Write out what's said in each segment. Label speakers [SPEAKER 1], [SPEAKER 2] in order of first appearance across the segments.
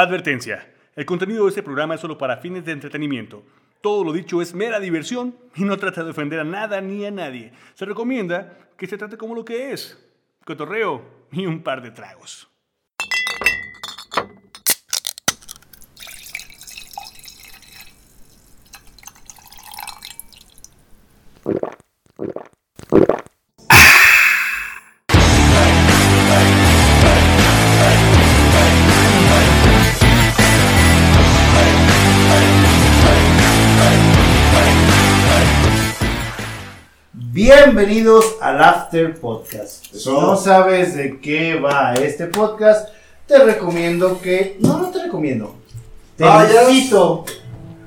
[SPEAKER 1] Advertencia. El contenido de este programa es solo para fines de entretenimiento. Todo lo dicho es mera diversión y no trata de ofender a nada ni a nadie. Se recomienda que se trate como lo que es. Cotorreo y un par de tragos.
[SPEAKER 2] Bienvenidos al After Podcast. Si
[SPEAKER 3] Eso.
[SPEAKER 2] no sabes de qué va este podcast, te recomiendo que. No, no te recomiendo. Te
[SPEAKER 3] Vayas.
[SPEAKER 2] incito.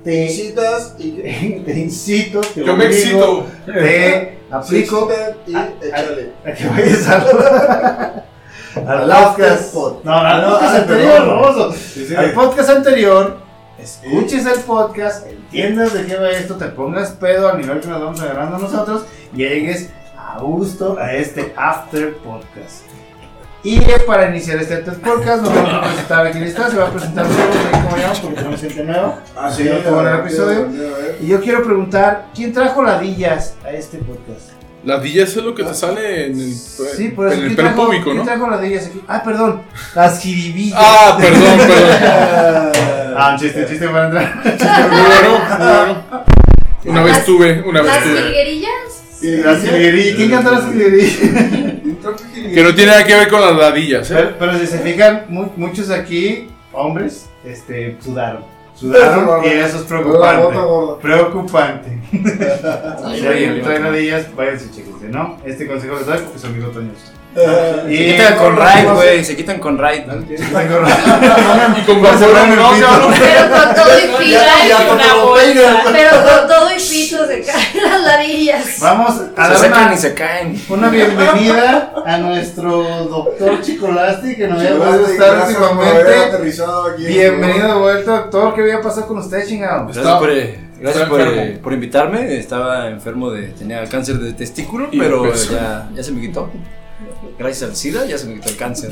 [SPEAKER 2] Te,
[SPEAKER 3] Visitas y
[SPEAKER 2] te incito. Te
[SPEAKER 3] Yo me
[SPEAKER 2] obligo,
[SPEAKER 3] excito.
[SPEAKER 2] Te aplico
[SPEAKER 3] Visita y
[SPEAKER 2] Ah,
[SPEAKER 3] échale.
[SPEAKER 2] a que vayas al. Al
[SPEAKER 3] Al After
[SPEAKER 2] podcast. No,
[SPEAKER 3] Pod-
[SPEAKER 2] no, al
[SPEAKER 3] Ah,
[SPEAKER 2] podcast
[SPEAKER 3] perdón.
[SPEAKER 2] anterior, baboso.
[SPEAKER 3] Sí, sí.
[SPEAKER 2] Al podcast anterior. Escuches el podcast, entiendas de qué va esto, te pongas pedo al nivel que nos vamos agarrando nosotros y llegues a gusto a este After Podcast. Y para iniciar este After Podcast, nos vamos a presentar a quien está, se va a presentar nuevo, ahí como ya, porque tenemos gente nueva.
[SPEAKER 3] Ah,
[SPEAKER 2] Sí, otro buen
[SPEAKER 3] a eh. ver,
[SPEAKER 2] episodio.
[SPEAKER 3] a ver, a ver.
[SPEAKER 2] Y yo quiero preguntar, ¿quién trajo ladillas a este podcast?
[SPEAKER 4] Las villas es lo que te sale en el,
[SPEAKER 2] Ah, Sí, por eso,
[SPEAKER 4] en el
[SPEAKER 2] ¿quién
[SPEAKER 4] pelo
[SPEAKER 2] trajo-
[SPEAKER 4] público,
[SPEAKER 2] ¿quién
[SPEAKER 4] ¿no?
[SPEAKER 2] trajo ladillas aquí? Ah, perdón, las jiribillas.
[SPEAKER 4] Ah, perdón, perdón.
[SPEAKER 2] Ah, un chiste, un chiste para entrar.
[SPEAKER 4] Bueno, bueno. Una vez tuve, una vez
[SPEAKER 5] ¿Las
[SPEAKER 4] tuve.
[SPEAKER 5] jilguerillas?
[SPEAKER 2] Las jiribillas. ¿Quién cantó las jiribillas?
[SPEAKER 4] Que no tiene nada que ver con las ladillas, ¿eh?
[SPEAKER 2] Pero, pero si se fijan, mu- muchos aquí, hombres, este, sudaron. Sudaron y eso es preocupante.
[SPEAKER 3] Gorda, gorda.
[SPEAKER 2] Preocupante. Si alguien
[SPEAKER 4] sí.
[SPEAKER 2] trae rodillas, váyanse chéquense, ¿no? Este consejo les doy porque son mis otoños.
[SPEAKER 3] Eh,
[SPEAKER 2] Y
[SPEAKER 6] Se quitan con raid, güey. Se quitan con raid.
[SPEAKER 4] Y con
[SPEAKER 2] Por favor,
[SPEAKER 4] Barcelona,
[SPEAKER 2] no,
[SPEAKER 4] no,
[SPEAKER 2] cabrón.
[SPEAKER 5] Pero con todo y
[SPEAKER 6] ya,
[SPEAKER 5] pila y
[SPEAKER 6] ya, con
[SPEAKER 5] una
[SPEAKER 6] todo
[SPEAKER 5] bolsa. Pero con todo y pito se caen las ladillas.
[SPEAKER 2] Vamos a
[SPEAKER 6] Se
[SPEAKER 2] dar
[SPEAKER 6] sacan
[SPEAKER 2] una,
[SPEAKER 6] y se caen.
[SPEAKER 2] una bienvenida a nuestro doctor Chicolasti que nos va a
[SPEAKER 3] Gracias,
[SPEAKER 2] gustar
[SPEAKER 3] gracias por haber
[SPEAKER 2] últimamente.
[SPEAKER 3] aterrizado aquí.
[SPEAKER 2] Bienvenido de vuelta, doctor. ¿Qué había pasado con usted, chingado?
[SPEAKER 6] Gracias, por, eh,
[SPEAKER 4] está
[SPEAKER 6] gracias por,
[SPEAKER 4] enfermo.
[SPEAKER 6] por invitarme. Estaba enfermo de. tenía cáncer de testículo,
[SPEAKER 4] Y
[SPEAKER 6] pero
[SPEAKER 4] empezó.
[SPEAKER 6] ya, ya se me quitó. Gracias al SIDA ya se me quitó el cáncer.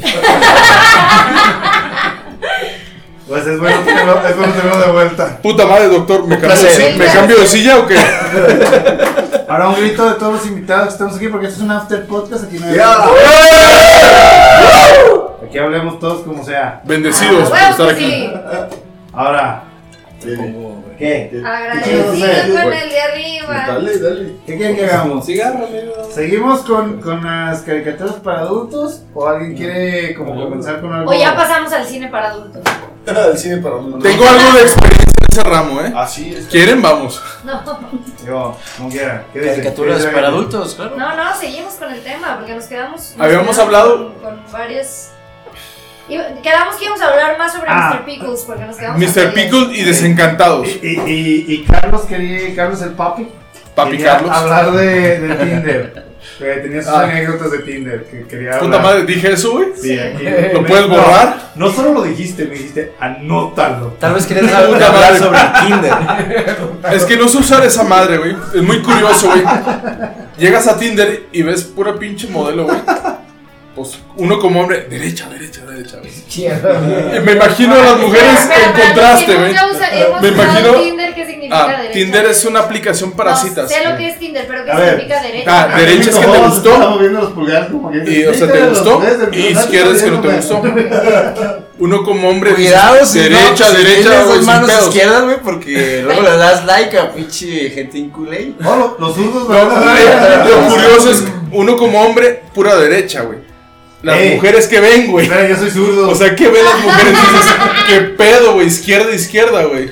[SPEAKER 2] Pues es bueno tenerlo, es bueno tenerlo de vuelta.
[SPEAKER 4] Puta madre, doctor, ¿me cambio, de,
[SPEAKER 5] placer.
[SPEAKER 4] si- ¿me cambio de silla o qué?
[SPEAKER 2] Ahora un grito de todos los invitados que estamos aquí porque esto es un after podcast. Aquí no hay.
[SPEAKER 3] Ya.
[SPEAKER 2] Aquí hablemos todos como sea.
[SPEAKER 4] Bendecidos por
[SPEAKER 5] Bueno,
[SPEAKER 4] estar
[SPEAKER 5] que
[SPEAKER 4] aquí.
[SPEAKER 5] sí.
[SPEAKER 2] Ahora,
[SPEAKER 6] Como, eh, güey.
[SPEAKER 2] ¿qué?
[SPEAKER 5] Agradecidos con
[SPEAKER 4] Bueno.
[SPEAKER 5] el de arriba.
[SPEAKER 3] Dale, dale.
[SPEAKER 2] ¿Qué quieren que hagamos?
[SPEAKER 6] Cigarro, amigo.
[SPEAKER 2] ¿Seguimos con, con las caricaturas para adultos? ¿O alguien quiere como comenzar con algo?
[SPEAKER 5] O ya pasamos al cine para adultos.
[SPEAKER 3] Al cine para los
[SPEAKER 4] Tengo algo de experiencia en ese ramo, ¿eh?
[SPEAKER 3] Así es.
[SPEAKER 4] ¿Quieren? Vamos.
[SPEAKER 5] No,
[SPEAKER 2] Yo, como quiera. ¿Qué dice? ¿Qué
[SPEAKER 6] Caricaturas
[SPEAKER 2] dice?
[SPEAKER 6] para adultos, claro.
[SPEAKER 5] no, no, seguimos con el tema porque nos quedamos. nos
[SPEAKER 4] Habíamos
[SPEAKER 5] quedamos
[SPEAKER 4] hablado-
[SPEAKER 5] Con, con varias. y quedamos que íbamos a hablar más sobre
[SPEAKER 2] Ah.
[SPEAKER 5] Mr. Pickles porque nos quedamos.
[SPEAKER 4] Mr. Pickles y Desencantados.
[SPEAKER 2] Y, y, y- y Carlos quería, Carlos el papi,
[SPEAKER 4] Papi
[SPEAKER 2] quería
[SPEAKER 4] Carlos.
[SPEAKER 2] hablar de, de Tinder. Que tenía sus
[SPEAKER 4] Ah.
[SPEAKER 2] anécdotas de Tinder que quería hablar.
[SPEAKER 4] Puta madre, dije eso, güey.
[SPEAKER 2] Sí, aquí-
[SPEAKER 4] ¿Lo puedes
[SPEAKER 2] No,
[SPEAKER 4] borrar?
[SPEAKER 2] No, solo lo dijiste, me dijiste, anótalo.
[SPEAKER 6] Tal vez querías hablar
[SPEAKER 4] Puta
[SPEAKER 6] hablar
[SPEAKER 4] madre.
[SPEAKER 6] sobre el Tinder.
[SPEAKER 4] Es que no sé usar esa madre, güey. Es muy curioso, güey. Llegas a Tinder y ves pura pinche modelo, güey. Pues uno como hombre, derecha, derecha, derecha, güey. Y Me imagino a las mujeres en contraste, güey.
[SPEAKER 5] Me
[SPEAKER 4] Me
[SPEAKER 5] imagino.
[SPEAKER 4] imagino-
[SPEAKER 5] Tinder, ¿qué significa
[SPEAKER 4] Ah,
[SPEAKER 5] derecha?
[SPEAKER 4] Tinder es una aplicación para
[SPEAKER 5] No,
[SPEAKER 4] citas.
[SPEAKER 5] Sé lo que es Tinder, pero ¿qué
[SPEAKER 2] A ver.
[SPEAKER 5] significa derecha?
[SPEAKER 4] Ah, derecha es que te
[SPEAKER 2] Todos
[SPEAKER 4] gustó.
[SPEAKER 2] estaban moviendo los pulgares como que-
[SPEAKER 4] Y, o sea, te
[SPEAKER 2] Los
[SPEAKER 4] gustó.
[SPEAKER 2] tres del
[SPEAKER 4] Y
[SPEAKER 2] brazo
[SPEAKER 4] izquierda es que no te gustó.
[SPEAKER 2] moviéndome.
[SPEAKER 4] Uno como hombre,
[SPEAKER 6] Cuidado, si
[SPEAKER 4] derecha,
[SPEAKER 6] no, si
[SPEAKER 4] derecha,
[SPEAKER 6] tienes
[SPEAKER 4] güey,
[SPEAKER 6] dos
[SPEAKER 4] sin
[SPEAKER 6] manos
[SPEAKER 4] pedos.
[SPEAKER 6] izquierdas, güey, porque luego le das like a pinche gente inculé.
[SPEAKER 2] Oh, lo- los zurdos
[SPEAKER 4] No,
[SPEAKER 2] ¿verdad?
[SPEAKER 4] güey, Lo curioso es uno como hombre, pura derecha, güey. Las
[SPEAKER 2] Ey.
[SPEAKER 4] mujeres que ven, güey.
[SPEAKER 2] Espera, yo soy zurdo.
[SPEAKER 4] O sea, ¿qué ven las mujeres? Dices, ¿qué pedo, güey? Izquierda, izquierda, güey.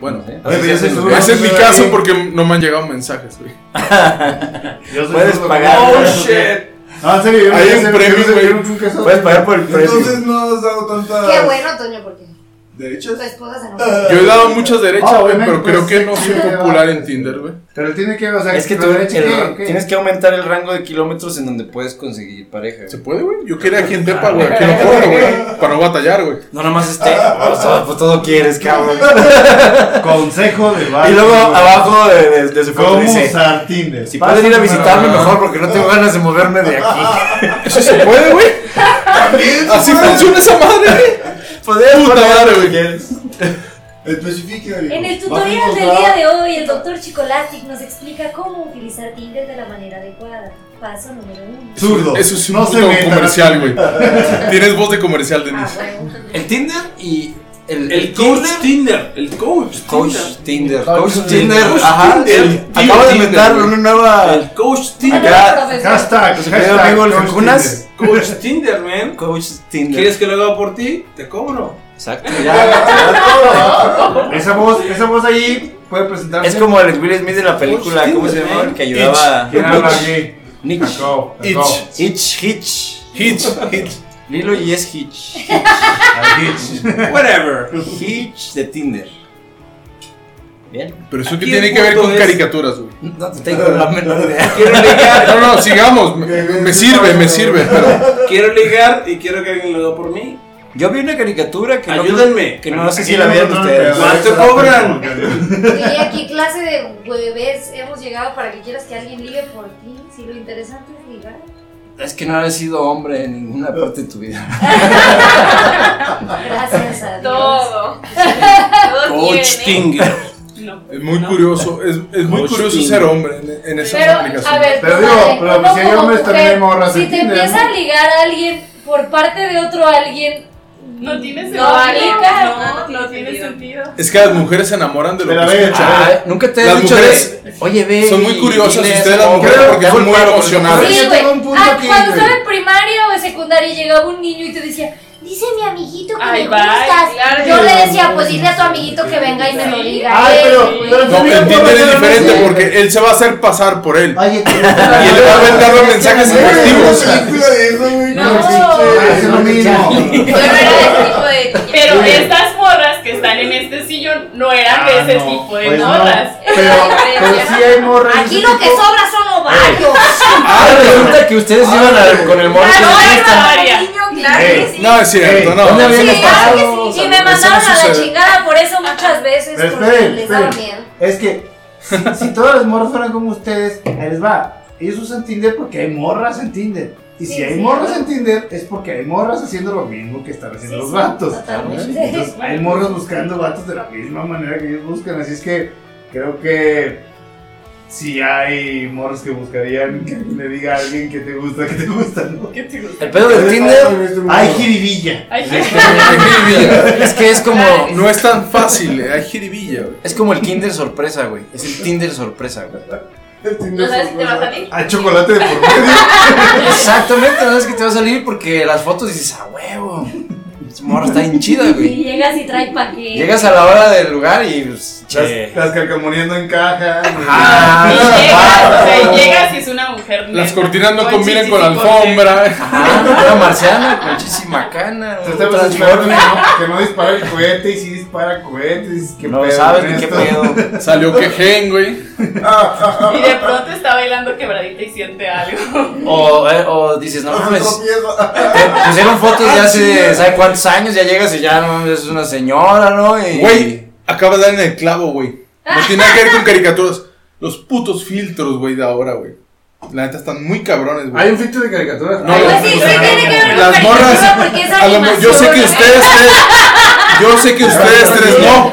[SPEAKER 4] Bueno,
[SPEAKER 6] ¿eh?
[SPEAKER 2] Oye, pero ese es uno.
[SPEAKER 4] ese es mi
[SPEAKER 2] Sí.
[SPEAKER 4] caso porque no me han llegado mensajes, güey.
[SPEAKER 2] yo soy
[SPEAKER 6] puedes
[SPEAKER 2] zurdo.
[SPEAKER 6] pagar.
[SPEAKER 2] No,
[SPEAKER 6] Oh,
[SPEAKER 2] shit. No, en serio, yo
[SPEAKER 4] Hay
[SPEAKER 2] no
[SPEAKER 4] un
[SPEAKER 2] sé,
[SPEAKER 4] premio,
[SPEAKER 2] yo no sé,
[SPEAKER 4] güey.
[SPEAKER 2] yo nunca he usado-
[SPEAKER 6] Puedes pagar por el precio.
[SPEAKER 3] Entonces no has dado tantas.
[SPEAKER 5] Qué bueno, Toño, porque
[SPEAKER 3] ¿Derechas?
[SPEAKER 5] tu esposa se enojó.
[SPEAKER 4] Yo he dado muchas derechas,
[SPEAKER 2] Ah,
[SPEAKER 4] güey,
[SPEAKER 2] obviamente,
[SPEAKER 4] pero creo
[SPEAKER 2] pues,
[SPEAKER 4] que no
[SPEAKER 2] sí,
[SPEAKER 4] soy
[SPEAKER 2] sí,
[SPEAKER 4] popular
[SPEAKER 2] sí.
[SPEAKER 4] en Tinder, güey.
[SPEAKER 2] Pero tiene que, o sea,
[SPEAKER 6] Es que
[SPEAKER 2] la
[SPEAKER 6] tú
[SPEAKER 2] derecha,
[SPEAKER 6] el-
[SPEAKER 2] ¿qué? ¿Qué?
[SPEAKER 6] tienes que aumentar el rango de kilómetros en donde puedes conseguir pareja.
[SPEAKER 4] ¿Se
[SPEAKER 6] güey.
[SPEAKER 4] puede, güey? Yo quería quien tepa, güey, que no corra, güey, para no batallar, güey.
[SPEAKER 6] No, nomás este. Pues todo, pues todo quieres, cabrón.
[SPEAKER 2] Consejo de
[SPEAKER 6] Y
[SPEAKER 2] baile,
[SPEAKER 6] luego
[SPEAKER 2] güey.
[SPEAKER 6] abajo de, de- de su foto
[SPEAKER 2] ¿Cómo
[SPEAKER 6] dice:
[SPEAKER 2] usar Tinder?
[SPEAKER 6] Si puedes ir a
[SPEAKER 2] Paso
[SPEAKER 6] visitarme
[SPEAKER 2] número-
[SPEAKER 6] mejor porque no tengo ganas de moverme de aquí.
[SPEAKER 4] ¿Eso se puede, güey? Así funciona esa madre, güey.
[SPEAKER 6] Pues
[SPEAKER 4] madre, güey.
[SPEAKER 3] Especifica, güey.
[SPEAKER 5] En el
[SPEAKER 3] Vas a
[SPEAKER 5] tutorial del
[SPEAKER 3] encontrar-
[SPEAKER 5] día de hoy, el doctor Chicolastic nos explica cómo utilizar Tinder de la manera adecuada. Paso número uno.
[SPEAKER 2] Zurdo.
[SPEAKER 4] Eso es un
[SPEAKER 2] No se
[SPEAKER 4] puto
[SPEAKER 2] metan.
[SPEAKER 4] comercial, güey. Tienes voz de comercial,
[SPEAKER 5] Ah,
[SPEAKER 4] Denise.
[SPEAKER 5] bueno.
[SPEAKER 6] El Tinder y el,
[SPEAKER 7] El coach Tinder. El coach
[SPEAKER 6] Coach
[SPEAKER 7] Tinder.
[SPEAKER 6] Tinder.
[SPEAKER 3] Coach
[SPEAKER 6] Coach
[SPEAKER 3] Tinder.
[SPEAKER 6] Tinder. Ajá.
[SPEAKER 7] Tinder.
[SPEAKER 6] el- Acabo de inventar una nueva.
[SPEAKER 7] El coach Tinder.
[SPEAKER 6] Acá-
[SPEAKER 5] Profesor.
[SPEAKER 2] Hashtag.
[SPEAKER 6] Mi querido
[SPEAKER 2] hashtag
[SPEAKER 6] amigo, el
[SPEAKER 2] Coach
[SPEAKER 6] Cunas.
[SPEAKER 2] Tinder.
[SPEAKER 7] Coach Tinder, man.
[SPEAKER 6] Coach Tinder.
[SPEAKER 7] ¿Quieres que lo haga por ti? Te cobro.
[SPEAKER 6] Exacto. ya.
[SPEAKER 2] Esa voz, esa voz ahí puede presentarse.
[SPEAKER 6] Es como el Will Smith de la película. ¿Cómo se llamaba? El que ayudaba.
[SPEAKER 2] ¿Quién habla aquí?
[SPEAKER 6] Nick.
[SPEAKER 2] Acabo,
[SPEAKER 4] Itch.
[SPEAKER 2] acabo.
[SPEAKER 6] Hitch. Hitch.
[SPEAKER 4] Hitch, Hitch.
[SPEAKER 6] Lilo y es Hitch.
[SPEAKER 2] Aquí.
[SPEAKER 7] Whatever.
[SPEAKER 6] Hitch de Tinder. Bien.
[SPEAKER 4] Pero eso que
[SPEAKER 7] Aquí
[SPEAKER 4] tiene
[SPEAKER 7] el
[SPEAKER 4] que ver
[SPEAKER 7] punto
[SPEAKER 4] con
[SPEAKER 7] es-
[SPEAKER 4] caricaturas, güey.
[SPEAKER 6] No tengo la menor idea.
[SPEAKER 7] Quiero ligar.
[SPEAKER 4] No, no, sigamos. Me, me sirve, me sirve. Pero
[SPEAKER 7] Quiero ligar y quiero que alguien lo haga por mí.
[SPEAKER 6] Yo vi una caricatura que no-
[SPEAKER 7] Ayúdenme.
[SPEAKER 6] que no sé si
[SPEAKER 2] Aquí
[SPEAKER 6] la vieron
[SPEAKER 2] nosotros
[SPEAKER 6] ustedes.
[SPEAKER 2] no
[SPEAKER 7] ¿Cuánto
[SPEAKER 2] tenemos-
[SPEAKER 7] cobran?
[SPEAKER 5] Oye, ¿A qué clase de bebés hemos llegado para que quieras que alguien ligue por ti? Si lo interesante es ligar.
[SPEAKER 6] Es que no has sido hombre en ninguna parte de tu vida.
[SPEAKER 5] Gracias a Dios.
[SPEAKER 8] Todo. Todo
[SPEAKER 7] Coach
[SPEAKER 8] tiene.
[SPEAKER 7] Tinder.
[SPEAKER 8] No.
[SPEAKER 4] es muy curioso, es, es muy
[SPEAKER 7] Coach
[SPEAKER 4] curioso
[SPEAKER 7] Tinder.
[SPEAKER 4] ser hombre en, en esas
[SPEAKER 8] Pero,
[SPEAKER 4] aplicaciones.
[SPEAKER 8] a ver,
[SPEAKER 2] Pero digo,
[SPEAKER 5] Vale,
[SPEAKER 2] pero
[SPEAKER 5] uno
[SPEAKER 2] si hay
[SPEAKER 5] como
[SPEAKER 2] hombres también hay
[SPEAKER 5] mujer,
[SPEAKER 2] morras
[SPEAKER 5] Si
[SPEAKER 2] en
[SPEAKER 5] te
[SPEAKER 2] Tinder,
[SPEAKER 5] empieza
[SPEAKER 2] ¿no?
[SPEAKER 5] a ligar a alguien por parte de otro alguien,
[SPEAKER 8] No tiene sentido.
[SPEAKER 5] No vale,
[SPEAKER 8] No, no tiene sentido.
[SPEAKER 4] Es que las mujeres se enamoran de lo
[SPEAKER 2] Pero a
[SPEAKER 4] que
[SPEAKER 2] ver,
[SPEAKER 4] escuchan.
[SPEAKER 2] a ver.
[SPEAKER 6] Ah, Nunca te
[SPEAKER 4] Las
[SPEAKER 6] he dicho
[SPEAKER 4] mujeres
[SPEAKER 6] de. Oye, ve.
[SPEAKER 4] Son muy curiosas
[SPEAKER 6] dile
[SPEAKER 4] ustedes las
[SPEAKER 6] eso,
[SPEAKER 4] mujeres
[SPEAKER 6] hombre.
[SPEAKER 4] porque son muy emocionales.
[SPEAKER 2] yo
[SPEAKER 5] Sí, güey.
[SPEAKER 2] tengo un punto
[SPEAKER 5] Ah,
[SPEAKER 2] aquí,
[SPEAKER 5] cuando
[SPEAKER 2] güey.
[SPEAKER 5] estaba en primaria o en secundaria llegaba un niño y te decía, dice mi amiguito que
[SPEAKER 8] Ay,
[SPEAKER 5] me
[SPEAKER 8] bye,
[SPEAKER 5] gustas.
[SPEAKER 8] claro.
[SPEAKER 5] Yo le decía, pues dile a tu amiguito que venga y me lo diga.
[SPEAKER 2] Ay, Ah, pero, pero
[SPEAKER 4] No,
[SPEAKER 2] también
[SPEAKER 4] en Tinder es
[SPEAKER 2] puedo hacer
[SPEAKER 4] diferente
[SPEAKER 2] eso.
[SPEAKER 4] porque él se va a hacer pasar por él.
[SPEAKER 2] Oye, te-
[SPEAKER 4] Y él le va a aventar los mensajes
[SPEAKER 3] Es una
[SPEAKER 4] sugestivos.
[SPEAKER 3] película de eso, güey.
[SPEAKER 8] No.
[SPEAKER 2] Ah, es lo mismo.
[SPEAKER 8] Pero era ese tipo de niña. Pero
[SPEAKER 2] Muy bien.
[SPEAKER 8] estas morras que están en este sillón no eran de ese
[SPEAKER 2] Ah, no,
[SPEAKER 8] tipo de
[SPEAKER 2] pues no.
[SPEAKER 8] morras.
[SPEAKER 2] Pero, pero sí hay morras.
[SPEAKER 5] Aquí lo que sobra son ovarios.
[SPEAKER 6] Ah, resulta que ustedes iban
[SPEAKER 5] Ah,
[SPEAKER 6] al- con el morro.
[SPEAKER 8] Claro,
[SPEAKER 6] que-
[SPEAKER 8] era varia.
[SPEAKER 5] claro que sí.
[SPEAKER 4] No, es cierto, no.
[SPEAKER 6] ¿Dónde
[SPEAKER 5] Sí,
[SPEAKER 6] habían
[SPEAKER 8] ah.
[SPEAKER 5] claro
[SPEAKER 6] estado?
[SPEAKER 5] que sí. Y me
[SPEAKER 6] Eso no
[SPEAKER 5] mandaron a la
[SPEAKER 6] sucede.
[SPEAKER 5] chingada por eso muchas veces
[SPEAKER 2] Pero
[SPEAKER 5] porque
[SPEAKER 2] esperen,
[SPEAKER 5] les daba
[SPEAKER 2] esperen.
[SPEAKER 5] miedo.
[SPEAKER 2] Es que si, si todas las morras fueran como ustedes, ahí les va. Ellos usan Tinder porque hay morras en Tinder. Y
[SPEAKER 5] Sí,
[SPEAKER 2] si hay
[SPEAKER 5] sí.
[SPEAKER 2] morras en Tinder, es porque hay morras haciendo lo mismo que están haciendo
[SPEAKER 5] Sí,
[SPEAKER 2] los
[SPEAKER 5] sí,
[SPEAKER 2] vatos.
[SPEAKER 5] totalmente.
[SPEAKER 2] Entonces, hay morras buscando vatos de la misma manera que ellos buscan. Así es que creo que si hay morras que buscarían que le diga a alguien que te gusta, que te gusta, ¿no?
[SPEAKER 8] ¿Qué te gusta?
[SPEAKER 6] El pedo de Tinder
[SPEAKER 2] Hay jiribilla.
[SPEAKER 4] Hay
[SPEAKER 8] Ay,
[SPEAKER 4] jiribilla.
[SPEAKER 6] es que es como.
[SPEAKER 4] No es tan fácil, eh, hay jiribilla. güey.
[SPEAKER 6] Es como el Kinder sorpresa, güey. Es el Tinder sorpresa, güey.
[SPEAKER 8] No sabes si te va a salir.
[SPEAKER 2] Hay chocolate de por medio.
[SPEAKER 6] Exactamente, no sabes que te va a salir porque las fotos dices, a huevo. Esa morra está bien chida,
[SPEAKER 5] Y
[SPEAKER 6] güey.
[SPEAKER 5] llegas y trae paquete.
[SPEAKER 6] Llegas a la hora del lugar y. pues,
[SPEAKER 2] Las,
[SPEAKER 6] Che.
[SPEAKER 2] las calcamonías no encajan.
[SPEAKER 8] Y
[SPEAKER 6] Ah,
[SPEAKER 8] llegas, o sea, llegas y es una mujer.
[SPEAKER 4] Las
[SPEAKER 8] neta,
[SPEAKER 4] cortinas no
[SPEAKER 8] con
[SPEAKER 4] combinan
[SPEAKER 8] chichis
[SPEAKER 4] con
[SPEAKER 8] y
[SPEAKER 4] la alfombra.
[SPEAKER 6] Ah, una marciana con chis y macana.
[SPEAKER 2] Te
[SPEAKER 6] un
[SPEAKER 2] estabas esperando
[SPEAKER 6] transforme.
[SPEAKER 2] que no dispara el cohete y si dispara cohetes. ¿Qué
[SPEAKER 6] No
[SPEAKER 2] pedo
[SPEAKER 6] sabes
[SPEAKER 2] con
[SPEAKER 6] ni qué
[SPEAKER 2] esto?
[SPEAKER 6] pedo.
[SPEAKER 4] Salió quején, güey.
[SPEAKER 8] Y de pronto está bailando quebradita y siente algo.
[SPEAKER 6] O, eh, o dices, no mames.
[SPEAKER 5] Ah.
[SPEAKER 6] te Pusieron fotos de hace, ¿sabe cuántos años? Ya llegas y ya no mames, es una señora, ¿no? Y-
[SPEAKER 4] Güey, acaba de dar en el clavo, güey. No tiene nada que ver con caricaturas. Los putos filtros, güey, de ahora, güey. La neta están muy cabrones,
[SPEAKER 2] Hay
[SPEAKER 4] güey.
[SPEAKER 2] un filtro de caricaturas.
[SPEAKER 4] No,
[SPEAKER 5] Pues sí, sí
[SPEAKER 4] no,
[SPEAKER 5] tiene que ver con
[SPEAKER 4] Las
[SPEAKER 5] caricatura
[SPEAKER 4] morras,
[SPEAKER 5] porque es
[SPEAKER 4] a lo mejor- yo sé que
[SPEAKER 5] animación.
[SPEAKER 4] ustedes tres, yo sé que ustedes tres no.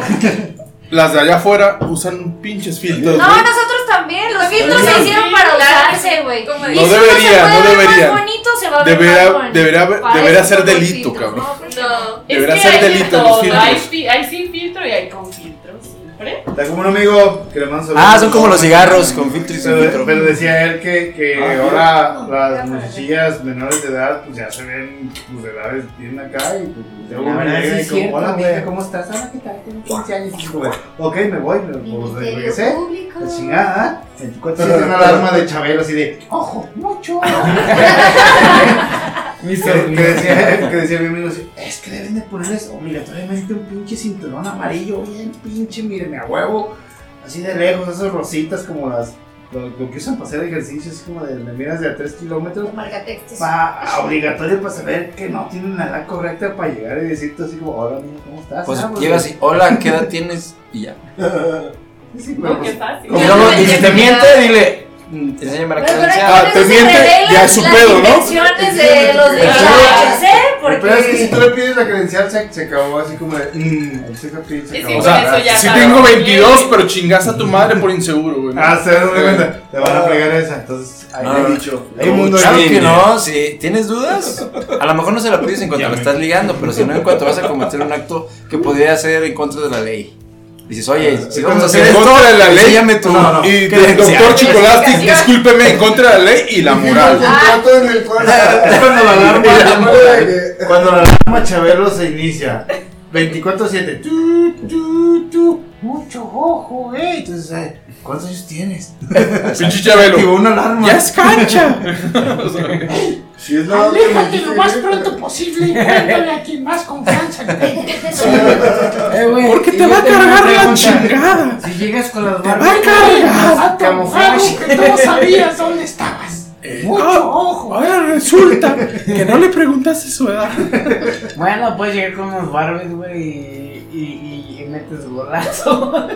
[SPEAKER 4] Las de allá afuera usan pinches filtros.
[SPEAKER 5] No,
[SPEAKER 4] güey.
[SPEAKER 5] nosotros también. Los filtros
[SPEAKER 8] Sí,
[SPEAKER 5] se hicieron para
[SPEAKER 8] claro.
[SPEAKER 5] usarse, güey.
[SPEAKER 8] Como
[SPEAKER 5] Y
[SPEAKER 4] No
[SPEAKER 5] si uno
[SPEAKER 4] debería,
[SPEAKER 5] se puede
[SPEAKER 4] no
[SPEAKER 5] ver
[SPEAKER 4] debería.
[SPEAKER 5] Más bonito, se va a ver
[SPEAKER 4] Debería-
[SPEAKER 5] más bonito.
[SPEAKER 4] debería-
[SPEAKER 5] Para
[SPEAKER 4] debería
[SPEAKER 5] eso
[SPEAKER 4] ser
[SPEAKER 5] son los
[SPEAKER 4] delito,
[SPEAKER 5] filtros,
[SPEAKER 4] cabrón.
[SPEAKER 5] No, Pues
[SPEAKER 8] No.
[SPEAKER 4] Deberá
[SPEAKER 8] es que
[SPEAKER 4] ser
[SPEAKER 8] hay de
[SPEAKER 4] delito los
[SPEAKER 8] todo.
[SPEAKER 4] filtros.
[SPEAKER 8] Hay, fi- hay sin filtro y hay con filtro, siempre.
[SPEAKER 2] Está como un amigo que le mando saludos.
[SPEAKER 6] Ah, son como los cigarros con filtro y sin
[SPEAKER 2] Pero,
[SPEAKER 6] filtro. Ah,
[SPEAKER 2] pero decía él que, que ahora las muchachillas menores de edad pues ya se ven pues, de edades bien acá y pues de
[SPEAKER 6] Ah,
[SPEAKER 2] una llega y como, hola amiga, ¿cómo estás? Hola, ¿qué tal? Tengo 15 años. Y como, ok, me voy, me pues,
[SPEAKER 5] Ministerio
[SPEAKER 2] regresé.
[SPEAKER 5] Público.
[SPEAKER 2] La chingada. En tu coche tiene ¿ah? una alarma de Chabelo así de ¡Ojo! ¡Mucho! que, que decía, que decía mi amigo así, es que deben de ponerles obligatoriamente un pinche cinturón amarillo, bien pinche, mírenme a huevo, así de lejos, esas rositas como las, lo, lo que usan para hacer ejercicio, así como de, de miras de a 3 kilómetros,
[SPEAKER 5] Marca textos.
[SPEAKER 2] pa- obligatorio para saber que no tienen la edad correcta para llegar y decirte así como, hola amigo, ¿cómo estás?
[SPEAKER 6] Pues
[SPEAKER 2] Ah, pues,
[SPEAKER 6] llegas y, hola, ¿qué edad tienes? Y ya.
[SPEAKER 2] sí, sí, pero
[SPEAKER 8] No, qué
[SPEAKER 2] pues,
[SPEAKER 8] fácil.
[SPEAKER 6] Y, luego, y si te Ah, miente, dile, mm, enséñame la
[SPEAKER 5] Pero, pero
[SPEAKER 6] credencial.
[SPEAKER 5] acuérdense,
[SPEAKER 4] te miente,
[SPEAKER 5] se revelan
[SPEAKER 4] ya es su
[SPEAKER 5] las
[SPEAKER 4] pedo, ¿no?
[SPEAKER 5] intenciones de los
[SPEAKER 8] Ah.
[SPEAKER 5] muchachos, ¿eh?
[SPEAKER 9] porque.
[SPEAKER 2] Pero es que si tú le pides la credencial, se, se acabó así como de. Mmm, el seca pin se
[SPEAKER 9] Sí,
[SPEAKER 2] acabó. ah,
[SPEAKER 4] O
[SPEAKER 9] Con eso
[SPEAKER 4] sea,
[SPEAKER 9] ya
[SPEAKER 4] si
[SPEAKER 9] acabó.
[SPEAKER 4] tengo 22, pero chingaste a tu madre por inseguro, güey. ¿no?
[SPEAKER 2] Ah, se dan cuenta. Te van a pegar esa. Entonces, ahí
[SPEAKER 6] No,
[SPEAKER 2] le he
[SPEAKER 6] no.
[SPEAKER 2] dicho. Hay
[SPEAKER 6] Claro
[SPEAKER 2] un mundo ahí.
[SPEAKER 6] que no, si tienes dudas, a lo mejor no se la pides en cuanto la estás ligando, pero si no, en cuanto vas a cometer un acto que podría ser en contra de la ley. Dices, oye, si vamos a hacer
[SPEAKER 4] Ah, En
[SPEAKER 6] esto,
[SPEAKER 4] contra de la ley.
[SPEAKER 6] enséñame tu
[SPEAKER 4] Y del
[SPEAKER 6] credencial.
[SPEAKER 4] doctor Chicolastic, discúlpeme, en contra de la ley y la
[SPEAKER 2] El
[SPEAKER 4] moral.
[SPEAKER 2] contrato en el cual.
[SPEAKER 8] Cuando la
[SPEAKER 2] Y la
[SPEAKER 8] alarma,
[SPEAKER 2] madre de que-
[SPEAKER 8] cuando la alarma Chabelo se inicia. 24-7. Tu, tu, tu. Mucho ojo, eh. Entonces, eh, ¿cuántos años tienes?
[SPEAKER 4] Pinche
[SPEAKER 8] Activó
[SPEAKER 4] Chabelo.
[SPEAKER 8] una alarma.
[SPEAKER 4] Ya es cancha.
[SPEAKER 2] Si es la otra, me dijiste que-
[SPEAKER 8] posible. Cuéntale a quien más confianza
[SPEAKER 4] Porque te va a cargar la chingada.
[SPEAKER 8] Si llegas con las
[SPEAKER 4] va a cargar. Eh. Ah.
[SPEAKER 8] camuflaje que no sabías dónde estabas.
[SPEAKER 4] Mucho ojo. Ahora resulta que no le preguntaste su edad.
[SPEAKER 3] Bueno, puedes llegar con unos barbies, güey, y, y, y, y metes golazo.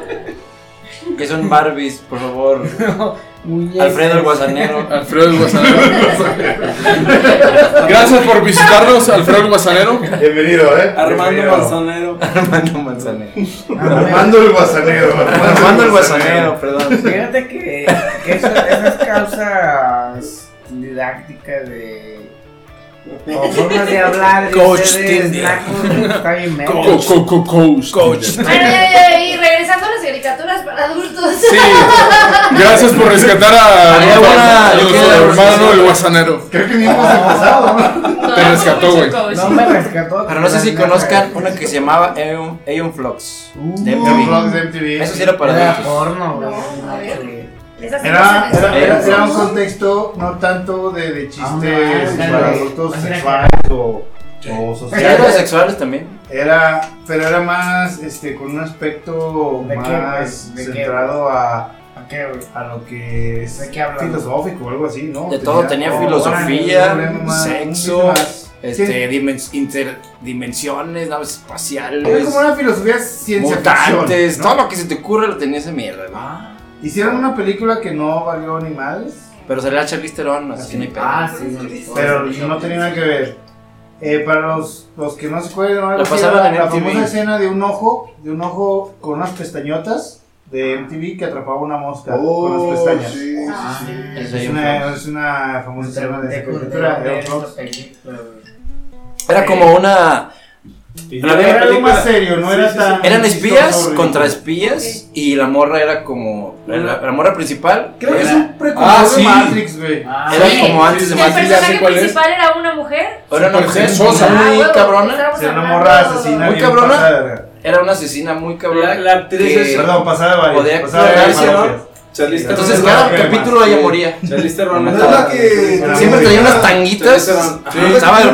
[SPEAKER 6] Que son Barbies, por favor.
[SPEAKER 3] Muñecas.
[SPEAKER 6] Alfredo el Guasanero.
[SPEAKER 4] Alfredo el Guasanero. Gracias por visitarnos, Alfredo el Guasanero.
[SPEAKER 2] Bienvenido, eh.
[SPEAKER 7] Armando
[SPEAKER 2] Bienvenido.
[SPEAKER 7] Manzanero.
[SPEAKER 6] Armando Manzanero.
[SPEAKER 3] Ah,
[SPEAKER 2] Armando el guasanero.
[SPEAKER 6] Armando el Guasanero, perdón.
[SPEAKER 3] Fíjate que, que eso- esas causas didácticas de. O formas de hablar. de
[SPEAKER 4] Coach
[SPEAKER 3] ustedes,
[SPEAKER 4] Tinder.
[SPEAKER 3] nacos, Está bien, medio.
[SPEAKER 4] Co- co- co- Coach.
[SPEAKER 5] Bueno, ya, ya, y regresando a las caricaturas para adultos.
[SPEAKER 4] Sí. Gracias por rescatar a
[SPEAKER 6] Había una-
[SPEAKER 4] a nuestro
[SPEAKER 6] que-
[SPEAKER 4] hermano el Guasanero.
[SPEAKER 2] Creo que vimos el pasado, ¿no?
[SPEAKER 4] Te rescató, güey.
[SPEAKER 3] Ah. No me rescató.
[SPEAKER 6] Pero no sé si
[SPEAKER 3] pero nada.
[SPEAKER 6] conozcan una que se llamaba Aeon Aeon Flux.
[SPEAKER 3] Uh,
[SPEAKER 6] De
[SPEAKER 2] Los
[SPEAKER 6] MTV.
[SPEAKER 2] vlogs de MTV.
[SPEAKER 6] Eso sí era para
[SPEAKER 3] Era
[SPEAKER 6] adultos.
[SPEAKER 3] porno, güey.
[SPEAKER 5] No, a ver. Esas sí
[SPEAKER 2] Era,
[SPEAKER 5] no se
[SPEAKER 2] era,
[SPEAKER 5] les-
[SPEAKER 2] era- era un contexto no tanto de, de
[SPEAKER 3] Ah,
[SPEAKER 2] chistes
[SPEAKER 3] no,
[SPEAKER 2] para
[SPEAKER 3] no,
[SPEAKER 2] adultos
[SPEAKER 3] no,
[SPEAKER 2] sexuales o, o
[SPEAKER 6] ¿Sí eran
[SPEAKER 2] sociales.
[SPEAKER 6] sexuales también?
[SPEAKER 2] Era, pero era más este, con un aspecto
[SPEAKER 3] ¿De qué,
[SPEAKER 2] más
[SPEAKER 3] pues? ¿De qué?
[SPEAKER 2] centrado a,
[SPEAKER 3] ¿A qué, güey?
[SPEAKER 2] a lo que es
[SPEAKER 3] ¿De qué hablan?
[SPEAKER 2] filosófico o algo así, ¿no?
[SPEAKER 6] De todo, tenía
[SPEAKER 2] oh,
[SPEAKER 6] filosofía,
[SPEAKER 2] órale, un problema,
[SPEAKER 6] sexo,
[SPEAKER 2] un más.
[SPEAKER 6] Este,
[SPEAKER 2] Sí,
[SPEAKER 6] dimen- interdimensiones, naves espaciales,
[SPEAKER 2] Era como una filosofía ciencia
[SPEAKER 6] mutantes,
[SPEAKER 2] ficción, ¿no?
[SPEAKER 6] todo lo que se te ocurre lo tenía esa mierda, güey.
[SPEAKER 2] Hicieron una película que no valió ni madres,
[SPEAKER 6] Pero salía Charlize Theron, así que no hay pedo.
[SPEAKER 3] Ah, sí.
[SPEAKER 2] pero no tenía nada que ver. Eh, para los, los que no se acuerdan, algo
[SPEAKER 6] La
[SPEAKER 2] así,
[SPEAKER 6] pasaban
[SPEAKER 2] era
[SPEAKER 6] en
[SPEAKER 2] la
[SPEAKER 6] MTV.
[SPEAKER 2] famosa escena de un ojo, de un ojo con unas pestañotas de MTV que atrapaba una mosca con las Oh, pestañas. sí.
[SPEAKER 5] Ah, sí.
[SPEAKER 6] Eso
[SPEAKER 2] Es
[SPEAKER 6] ahí,
[SPEAKER 2] una,
[SPEAKER 6] güey.
[SPEAKER 2] es una famosa escena de esa caricatura, de Oxbox.
[SPEAKER 6] Era como una... La
[SPEAKER 2] Era
[SPEAKER 6] verdad,
[SPEAKER 2] algo más serio, no era tan.
[SPEAKER 6] Eran espías
[SPEAKER 2] chistoso,
[SPEAKER 6] contra
[SPEAKER 2] ridículo.
[SPEAKER 6] espías y la morra era como... La, la morra principal
[SPEAKER 2] Creo que es
[SPEAKER 6] era,
[SPEAKER 2] un precursor
[SPEAKER 4] Ah, sí.
[SPEAKER 2] de Ah, Matrix, güey.
[SPEAKER 6] era
[SPEAKER 5] Sí.
[SPEAKER 6] como antes de
[SPEAKER 5] El
[SPEAKER 4] Matrix, ya sé
[SPEAKER 5] personaje
[SPEAKER 4] cuál es.
[SPEAKER 5] principal era una mujer.
[SPEAKER 6] Era una
[SPEAKER 4] Súper
[SPEAKER 6] mujer
[SPEAKER 4] sexosa.
[SPEAKER 6] muy
[SPEAKER 5] Ah, huevo,
[SPEAKER 6] cabrona.
[SPEAKER 5] estábamos
[SPEAKER 2] Era una
[SPEAKER 5] hablando-
[SPEAKER 2] morra asesina.
[SPEAKER 6] Muy
[SPEAKER 2] bien
[SPEAKER 6] cabrona.
[SPEAKER 2] pasada de verga.
[SPEAKER 6] Era una asesina muy
[SPEAKER 7] La,
[SPEAKER 6] cabrona.
[SPEAKER 7] la actriz
[SPEAKER 6] que-
[SPEAKER 7] es.
[SPEAKER 2] Perdón, pasada de varias.
[SPEAKER 6] Podía
[SPEAKER 2] pasada de varias
[SPEAKER 6] clonarse, ¿no?
[SPEAKER 2] parodias.
[SPEAKER 7] Charlize Theron.
[SPEAKER 6] Entonces
[SPEAKER 2] Pero
[SPEAKER 6] cada
[SPEAKER 2] no,
[SPEAKER 6] capítulo
[SPEAKER 2] no,
[SPEAKER 6] ella
[SPEAKER 2] no.
[SPEAKER 6] moría.
[SPEAKER 7] Charlize Theron
[SPEAKER 4] Ah,
[SPEAKER 2] No
[SPEAKER 7] es
[SPEAKER 2] es
[SPEAKER 7] la-
[SPEAKER 2] la
[SPEAKER 7] Charlize
[SPEAKER 2] que-
[SPEAKER 6] Siempre traía unas tanguitas.
[SPEAKER 7] Theron.
[SPEAKER 6] Sí,
[SPEAKER 7] Ajá.
[SPEAKER 6] estaba
[SPEAKER 7] La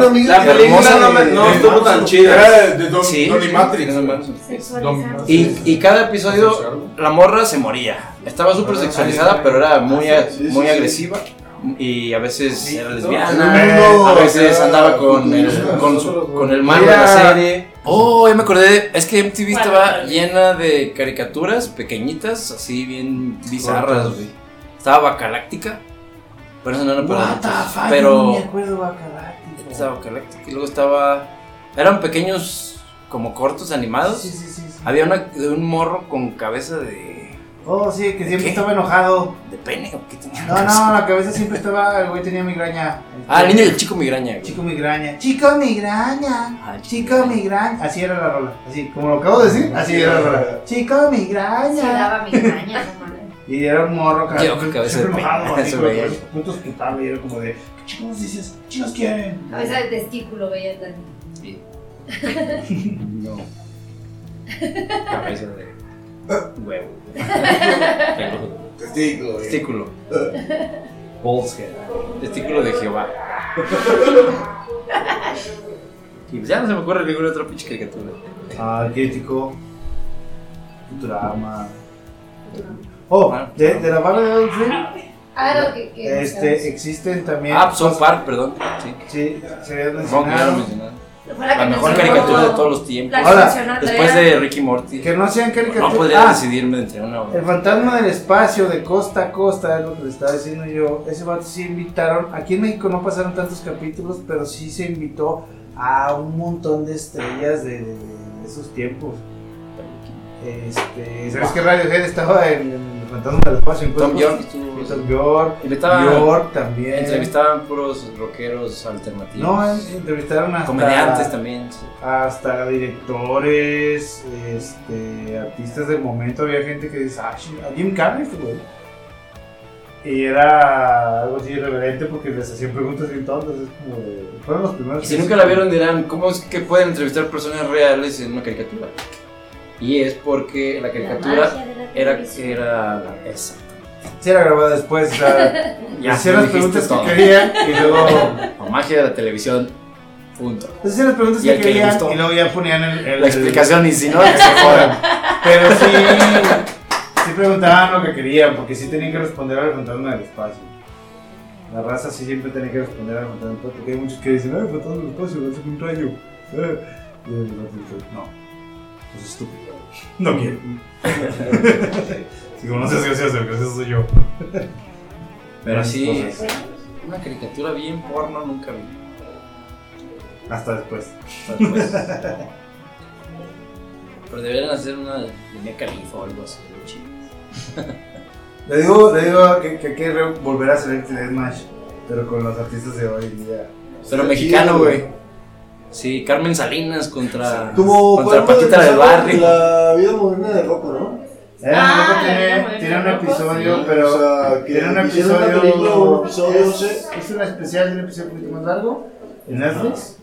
[SPEAKER 7] película
[SPEAKER 6] hermosa
[SPEAKER 7] no, me-
[SPEAKER 6] de-
[SPEAKER 7] no estuvo tan chida.
[SPEAKER 4] Era de Don,
[SPEAKER 6] Sí.
[SPEAKER 4] Donny Matrix.
[SPEAKER 5] Sexualizada.
[SPEAKER 6] Y, y cada episodio la morra se moría. Estaba súper sexualizada, pero era muy, muy agresiva. Y a veces era lesbiana. eh. A veces andaba con el, con su- con el malo de la serie. Oh, ya me acordé. Es que MTV estaba llena de caricaturas pequeñitas, así bien bizarras, güey. Estaba Bacaláctica. Pero eso no era para adultos. Pero estaba Bacaláctica. Y luego estaba. Eran pequeños, como cortos animados.
[SPEAKER 2] Sí, sí, sí, sí.
[SPEAKER 6] Había una de un morro con cabeza de.
[SPEAKER 2] Oh, sí, que siempre
[SPEAKER 6] ¿Qué?
[SPEAKER 2] estaba enojado.
[SPEAKER 6] de pene o qué tenía.
[SPEAKER 2] No, no, la cabeza siempre estaba. El güey tenía migraña.
[SPEAKER 6] Ah, el niño del chico migraña, güey.
[SPEAKER 2] Chico migraña. Chico migraña.
[SPEAKER 6] Ah, el
[SPEAKER 2] Chico migraña. Así era la rola. Así, como lo acabo de decir,
[SPEAKER 6] Ah,
[SPEAKER 2] así era la rola. Chico
[SPEAKER 5] Sí,
[SPEAKER 2] migraña.
[SPEAKER 5] daba migraña, no mames.
[SPEAKER 2] Y era un morro, cara.
[SPEAKER 6] Yo con cabeza de
[SPEAKER 2] siempre
[SPEAKER 6] pena,
[SPEAKER 2] enojado, así,
[SPEAKER 6] eso
[SPEAKER 2] con los
[SPEAKER 6] veía.
[SPEAKER 2] cabezos puntos putados, y era como de. ¿Qué chicos dices? ¿Qué chicos quieren?
[SPEAKER 5] Cabeza de testículo, veía tan.
[SPEAKER 6] No. Cabeza de. huevo.
[SPEAKER 2] Testigo, güey.
[SPEAKER 6] Testículo. Bolshead. Testículo de Jehová. Y pues ya no se me ocurre ninguna otra pinche caricatura.
[SPEAKER 2] Ah, crítico. Futurama. Oh,
[SPEAKER 6] Ah,
[SPEAKER 2] de, de la barra de Adult Swim,
[SPEAKER 5] Ah, lo que. que
[SPEAKER 2] este, existen también.
[SPEAKER 6] Ah, South Park, perdón. Sí.
[SPEAKER 2] Sí, se había
[SPEAKER 6] Supongo que ya lo
[SPEAKER 2] mencionado.
[SPEAKER 6] mencioné.
[SPEAKER 5] Para que
[SPEAKER 6] La mejor
[SPEAKER 5] mencionó-
[SPEAKER 6] caricatura de todos los tiempos.
[SPEAKER 5] La
[SPEAKER 2] Ahora,
[SPEAKER 5] Ahora,
[SPEAKER 6] Después de Ricky Morty.
[SPEAKER 2] Que no sean
[SPEAKER 6] No
[SPEAKER 2] caricaturas.
[SPEAKER 6] podría
[SPEAKER 2] Ah,
[SPEAKER 6] decidirme entre una o
[SPEAKER 2] El fantasma del espacio de costa a costa es lo que le estaba diciendo yo. Ese vato sí invitaron. Aquí en México no pasaron tantos capítulos, pero sí se invitó a un montón de estrellas de, de- de esos tiempos. Este, ¿Sabes que Radiohead estaba en, en Fantasma del Espacio? en
[SPEAKER 6] Tom
[SPEAKER 2] Cosmos?
[SPEAKER 6] York
[SPEAKER 2] pues, Sí,
[SPEAKER 6] estuvo.
[SPEAKER 2] Tom York.
[SPEAKER 6] Y le estaba-
[SPEAKER 2] York también.
[SPEAKER 6] Entrevistaban puros rockeros alternativos.
[SPEAKER 2] No, en- entrevistaron hasta...
[SPEAKER 6] comediantes también. sí.
[SPEAKER 2] hasta directores, este, artistas del momento, había gente que dice, ah, sí, a Jim Carrey este güey. Y era algo así irreverente porque les hacían preguntas bien tontas, es como de, fueron los primeros.
[SPEAKER 6] Y
[SPEAKER 2] que
[SPEAKER 6] si nunca
[SPEAKER 2] se-
[SPEAKER 6] la vieron dirán, ¿cómo es que pueden entrevistar personas reales en una caricatura? Y es porque la caricatura era, era eh, esa.
[SPEAKER 2] Sí, era grabada después, o sea,
[SPEAKER 6] Ya,
[SPEAKER 2] hacían
[SPEAKER 6] lo
[SPEAKER 2] las
[SPEAKER 6] dijiste
[SPEAKER 2] preguntas
[SPEAKER 6] todo.
[SPEAKER 2] que querían y luego...
[SPEAKER 6] La magia de la televisión. Punto.
[SPEAKER 2] Hacían las preguntas
[SPEAKER 6] Y
[SPEAKER 2] que
[SPEAKER 6] al que le
[SPEAKER 2] querían
[SPEAKER 6] gustó.
[SPEAKER 2] y luego ya ponían el... el-
[SPEAKER 6] La explicación, y si no, que se jodan.
[SPEAKER 2] Pero sí, sí preguntaban lo que querían, porque sí tenían que responder al fantasma del espacio. La raza sí siempre tenía que responder al fantasma del espacio, porque hay muchos que dicen, ay, fantasma del espacio, lanza un rayo. eh". Y el otro dice, no, eso es estúpido. No quiero. Si como no seas gracioso, el gracioso soy yo.
[SPEAKER 6] Pero sí,
[SPEAKER 2] Entonces,
[SPEAKER 6] una caricatura bien porno nunca vi.
[SPEAKER 2] Hasta después.
[SPEAKER 6] Pues, pero deberían hacer una de Mia Khalifa o algo así. muy chido.
[SPEAKER 2] Le digo, le digo que, que hay que re- volver a hacer este Smash, pero con los artistas de hoy en día.
[SPEAKER 6] Pero mexicano, güey. Sí, Carmen Salinas contra,
[SPEAKER 7] Tuvo
[SPEAKER 6] contra
[SPEAKER 7] fue
[SPEAKER 6] Paquita del
[SPEAKER 7] empezando
[SPEAKER 6] Barrio.
[SPEAKER 7] La vida moderna de Rocco, ¿no?
[SPEAKER 2] Eh,
[SPEAKER 8] Ah,
[SPEAKER 2] Rocco
[SPEAKER 8] la
[SPEAKER 2] tiene,
[SPEAKER 8] Morena
[SPEAKER 2] tiene un
[SPEAKER 8] Rocco,
[SPEAKER 2] episodio,
[SPEAKER 8] sí.
[SPEAKER 2] pero...
[SPEAKER 7] o sea, que
[SPEAKER 2] Tiene un
[SPEAKER 7] hicieron una
[SPEAKER 2] episodio.
[SPEAKER 7] película, un episodio, no sé.
[SPEAKER 2] es, es una especial, es un episodio un poquito más largo en Netflix.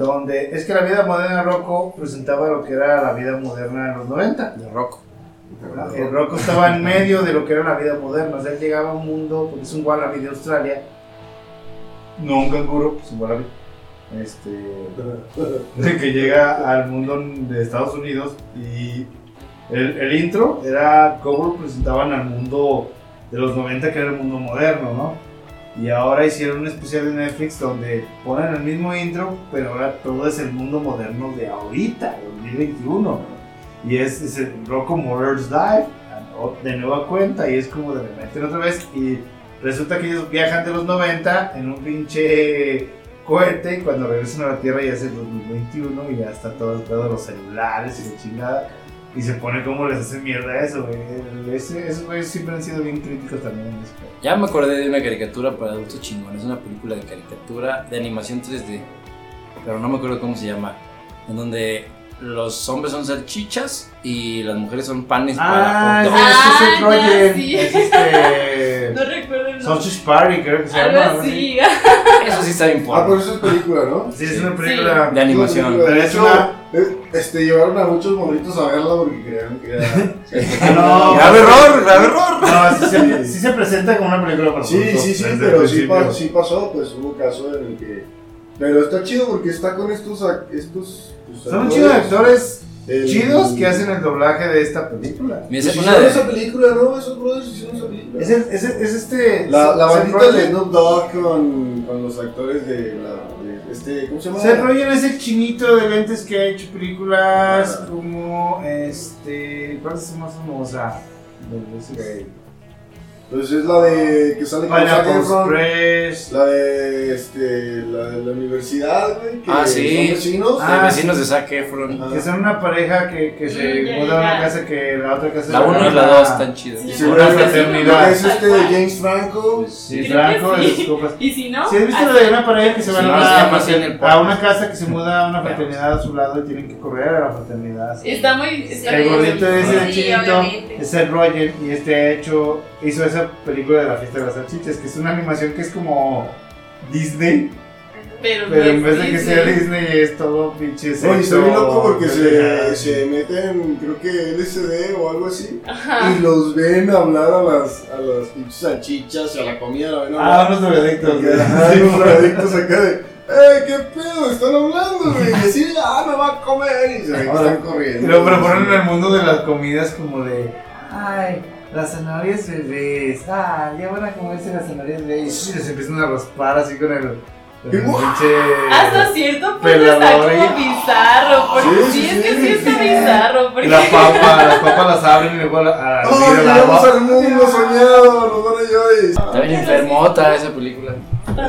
[SPEAKER 2] Donde es que la vida moderna de Rocco presentaba lo que era la vida moderna de los 90.
[SPEAKER 6] De Rocco.
[SPEAKER 2] ¿verdad? El Rocco estaba en medio de lo que era la vida moderna. O sea, él llegaba a un mundo, porque es un Wallaby de Australia. No un canguro, pues un Wallaby. Este, de que llega al mundo de Estados Unidos y el, el intro era cómo lo presentaban al mundo de los 90 que era el mundo moderno, ¿no? Y ahora hicieron un especial de Netflix donde ponen el mismo intro, pero ahora todo es el mundo moderno de ahorita, 2021. Y es, es el Rocco Motors Dive, o- de nueva cuenta, y es como de le meten otra vez y resulta que ellos viajan de los 90 en un pinche cohete y cuando regresan a la Tierra ya es el 2021 y ya está todo el pedo de los celulares y la chingada. Y se pone como les hace mierda eso, güey. Ese- Esos güeyes siempre han sido bien críticos también en ese pedo.
[SPEAKER 6] Ya me acordé de una caricatura para adultos chingón. Es una película de caricatura de animación 3D. Pero no me acuerdo cómo se llama. En donde los hombres son salchichas y las mujeres son panes para hot dogs.
[SPEAKER 8] Ah, ya, sí.
[SPEAKER 2] Es este.
[SPEAKER 8] No recuerdo el nombre.
[SPEAKER 2] Sausage Party, creo que se
[SPEAKER 8] Algo
[SPEAKER 2] llama. algo así.
[SPEAKER 8] así.
[SPEAKER 6] Eso sí está bien
[SPEAKER 7] Ah,
[SPEAKER 6] porno.
[SPEAKER 7] pero eso es película, ¿no?
[SPEAKER 2] Sí, es una película.
[SPEAKER 6] De animación.
[SPEAKER 7] De
[SPEAKER 2] Pero es
[SPEAKER 7] hecho,
[SPEAKER 2] una-
[SPEAKER 7] eh, este, llevaron a muchos morritos a verla porque creían que era...
[SPEAKER 2] No. pues,
[SPEAKER 6] Grave error, grave error.
[SPEAKER 2] No, sí se, sí se presenta como una película para
[SPEAKER 7] Sí,
[SPEAKER 2] adultos
[SPEAKER 7] sí, sí,
[SPEAKER 2] desde el
[SPEAKER 7] pero sí,
[SPEAKER 2] principio.
[SPEAKER 7] pa- sí pasó, pues hubo caso en el que... Pero está chido porque está con estos... ac- estos pues, eh,
[SPEAKER 2] Son un chido de actores
[SPEAKER 7] el-
[SPEAKER 2] chidos que hacen el doblaje de esta película.
[SPEAKER 6] Me
[SPEAKER 7] Pues,
[SPEAKER 6] dice una
[SPEAKER 7] hicieron
[SPEAKER 6] de-
[SPEAKER 7] esa película, ¿no? Esos brothers hicieron esa película.
[SPEAKER 2] Es, el- es, el- es este.
[SPEAKER 7] La, la
[SPEAKER 2] Seth
[SPEAKER 7] bandita
[SPEAKER 2] Rogen.
[SPEAKER 7] de Snoop Dogg con, con los actores de, la, de este, ¿cómo se llama?
[SPEAKER 2] Seth Rogen es el chinito de lentes que ha hecho películas como este. ¿Cuál es su más famosa? De ese güey.
[SPEAKER 7] Pues es la de que sale con Zac
[SPEAKER 2] Pineapple
[SPEAKER 7] Efron.
[SPEAKER 2] Express.
[SPEAKER 7] La de este, la de la universidad, güey, que
[SPEAKER 6] Ah, sí.
[SPEAKER 7] son vecinos.
[SPEAKER 2] Ah,
[SPEAKER 6] de vecinos de Zac Efron.
[SPEAKER 7] Ajá.
[SPEAKER 2] Que son una pareja que, que se
[SPEAKER 8] Sí, ya,
[SPEAKER 2] muda a una
[SPEAKER 8] ya.
[SPEAKER 2] casa que la otra casa
[SPEAKER 6] La 1 y la 2 están chidas. Pues
[SPEAKER 8] Sí,
[SPEAKER 7] Y
[SPEAKER 8] ya
[SPEAKER 7] seguro
[SPEAKER 8] me
[SPEAKER 7] es
[SPEAKER 8] acuerdo.
[SPEAKER 2] fraternidad.
[SPEAKER 7] Es este de James Franco.
[SPEAKER 2] Sí,
[SPEAKER 8] Creo
[SPEAKER 2] Franco
[SPEAKER 8] que
[SPEAKER 2] de
[SPEAKER 8] sí.
[SPEAKER 2] sus copas.
[SPEAKER 8] Y si no,
[SPEAKER 2] ¿Sí has visto
[SPEAKER 8] así.
[SPEAKER 2] lo de una pareja que se va
[SPEAKER 6] Sí,
[SPEAKER 2] a,
[SPEAKER 6] no, se
[SPEAKER 2] una,
[SPEAKER 6] llama así en el
[SPEAKER 2] a una casa que se muda a una fraternidad a su lado y tienen que correr a la fraternidad?
[SPEAKER 8] Está muy. Está
[SPEAKER 2] El
[SPEAKER 8] bien
[SPEAKER 2] gordito de ese
[SPEAKER 8] bonito.
[SPEAKER 2] de
[SPEAKER 5] Sí,
[SPEAKER 2] chinito
[SPEAKER 5] obviamente.
[SPEAKER 2] es el Roger y este ha hecho, hizo esa película de la fiesta de las salchichas, que es una animación que es como Disney,
[SPEAKER 8] Pero,
[SPEAKER 2] pero en vez de que sea
[SPEAKER 8] Pues Disney.
[SPEAKER 2] Disney es todo pinche
[SPEAKER 7] Oye,
[SPEAKER 2] sexo,
[SPEAKER 7] estoy bien loco porque se,
[SPEAKER 2] pendejadas.
[SPEAKER 7] se meten, creo que LSD o algo así,
[SPEAKER 8] Ajá.
[SPEAKER 7] y los ven hablar a las, a las pinches salchichas y a la comida, la ven
[SPEAKER 2] Ah,
[SPEAKER 7] hablar.
[SPEAKER 2] unos drogadictos. güey.
[SPEAKER 7] Ajá, y los drogadictos acá de, ¡eh, qué pedo! Están hablando, güey. Y así, ¡ah, me va a comer! Y se ven que
[SPEAKER 2] Ahora,
[SPEAKER 7] están corriendo.
[SPEAKER 2] Lo proponen en el mundo de las comidas como de, ay, las zanahorias bebés, ah, ya van a comerse las zanahorias bebés. Y les empiezan a raspar así con el, con el
[SPEAKER 7] Y ¡guau!
[SPEAKER 8] Hasta
[SPEAKER 2] pinche...
[SPEAKER 8] cierto punto está
[SPEAKER 2] Pelador, ¿eh?
[SPEAKER 8] como bizarro. Porque sí,
[SPEAKER 7] Sí, sí,
[SPEAKER 8] es que
[SPEAKER 7] sí.
[SPEAKER 8] sí está bizarro. Porque
[SPEAKER 2] La papa, las papas las abren y luego a la, a la-
[SPEAKER 7] ¡Oh,
[SPEAKER 2] al agua.
[SPEAKER 7] llegamos al mundo soñado! ¡Nos van a llevar ahí!
[SPEAKER 6] Está bien enfermota esa película.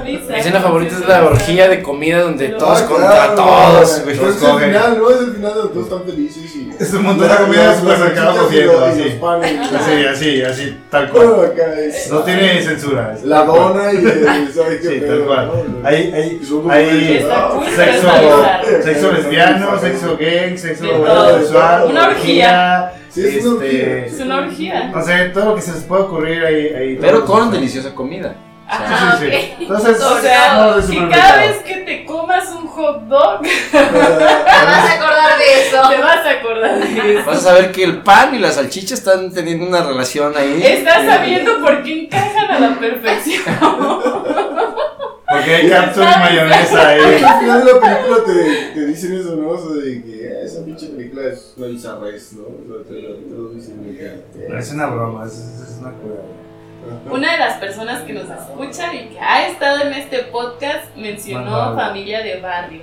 [SPEAKER 6] Mi escena favorita es la orgía de comida donde todos
[SPEAKER 7] Ah,
[SPEAKER 6] contra todos, güey.
[SPEAKER 7] Es el final, ¿no? Es el final donde todos están felices y.
[SPEAKER 2] Es un montón de comida súper cercana por ciento, así. Así,
[SPEAKER 7] así.
[SPEAKER 2] así, así, tal
[SPEAKER 7] Bueno,
[SPEAKER 2] cual.
[SPEAKER 7] acá es.
[SPEAKER 2] No tiene censura. es
[SPEAKER 7] La
[SPEAKER 2] tal cual.
[SPEAKER 7] dona y el. ¿Sabes qué
[SPEAKER 2] Sí, tal
[SPEAKER 7] pedo,
[SPEAKER 2] cual.
[SPEAKER 7] no?
[SPEAKER 2] Hay, hay,
[SPEAKER 7] Es un
[SPEAKER 2] hay
[SPEAKER 7] documento.
[SPEAKER 8] Está cool,
[SPEAKER 2] sexo,
[SPEAKER 8] pero está bizarro.
[SPEAKER 2] sexo lesbiano, sexo gay, sexo
[SPEAKER 8] De todo.
[SPEAKER 2] homosexual,
[SPEAKER 8] Una orgía.
[SPEAKER 7] Sí, es una
[SPEAKER 2] este,
[SPEAKER 7] orgía.
[SPEAKER 8] Es una orgía.
[SPEAKER 2] No sé, todo lo que se les puede ocurrir ahí. ahí
[SPEAKER 6] Pero con deliciosa comida.
[SPEAKER 8] Ajá,
[SPEAKER 2] Sí, sí, sí.
[SPEAKER 8] ok.
[SPEAKER 2] Entonces,
[SPEAKER 8] O sea,
[SPEAKER 2] no, de
[SPEAKER 8] que cada
[SPEAKER 2] supermercado.
[SPEAKER 8] vez que te comas un hot dog,
[SPEAKER 5] Te vas a acordar de eso.
[SPEAKER 8] te vas a acordar de eso.
[SPEAKER 6] Vas a saber que el pan y la salchicha están teniendo una relación ahí.
[SPEAKER 8] Estás sabiendo por qué encajan a la perfección.
[SPEAKER 2] Porque hay cápsulas y mayonesa ahí.
[SPEAKER 7] Al final de la película te, te dicen eso, ¿no? O sea, de que "Ah, esa pinche película es una bizarrés, ¿no? O sea, te lo, te lo dicen.
[SPEAKER 2] Pero Es una broma, es, es es una cura.
[SPEAKER 8] Una de las personas que nos escucha y que ha estado en este podcast mencionó familia de barrio.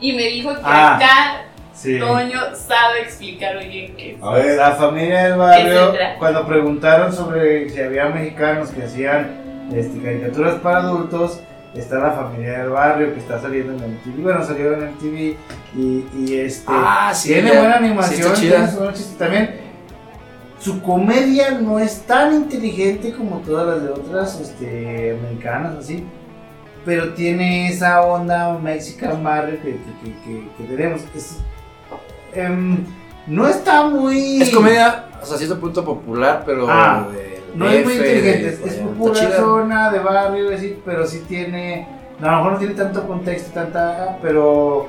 [SPEAKER 8] Y me dijo que
[SPEAKER 2] Ah.
[SPEAKER 8] acá
[SPEAKER 2] Sí.
[SPEAKER 8] Toño sabe explicar muy bien qué es.
[SPEAKER 7] A ver,
[SPEAKER 2] La familia del barrio,
[SPEAKER 8] Etcétera.
[SPEAKER 2] cuando preguntaron sobre si había mexicanos que hacían este, caricaturas para adultos, está la familia del barrio que está saliendo en MTV. Bueno, salió en MTV y, y este.
[SPEAKER 6] Ah, sí.
[SPEAKER 2] tiene
[SPEAKER 6] ya.
[SPEAKER 2] buena
[SPEAKER 6] Sí,
[SPEAKER 2] animación,
[SPEAKER 6] está
[SPEAKER 2] tiene
[SPEAKER 6] chida.
[SPEAKER 2] su buen chiste. También su comedia no es tan inteligente como todas las de otras este, americanas, así. Pero tiene esa onda mexican barrio que, que- que- que- que tenemos. Es, em, no está muy.
[SPEAKER 6] Es comedia hasta cierto punto popular, pero.
[SPEAKER 2] Ah,
[SPEAKER 6] del
[SPEAKER 2] No es muy
[SPEAKER 6] DF,
[SPEAKER 2] inteligente,
[SPEAKER 6] de-
[SPEAKER 2] es,
[SPEAKER 6] eh, está
[SPEAKER 2] es pura
[SPEAKER 6] chida.
[SPEAKER 2] zona de barrio, así, pero sí tiene. A lo mejor no tiene tanto contexto, tanta. Pero.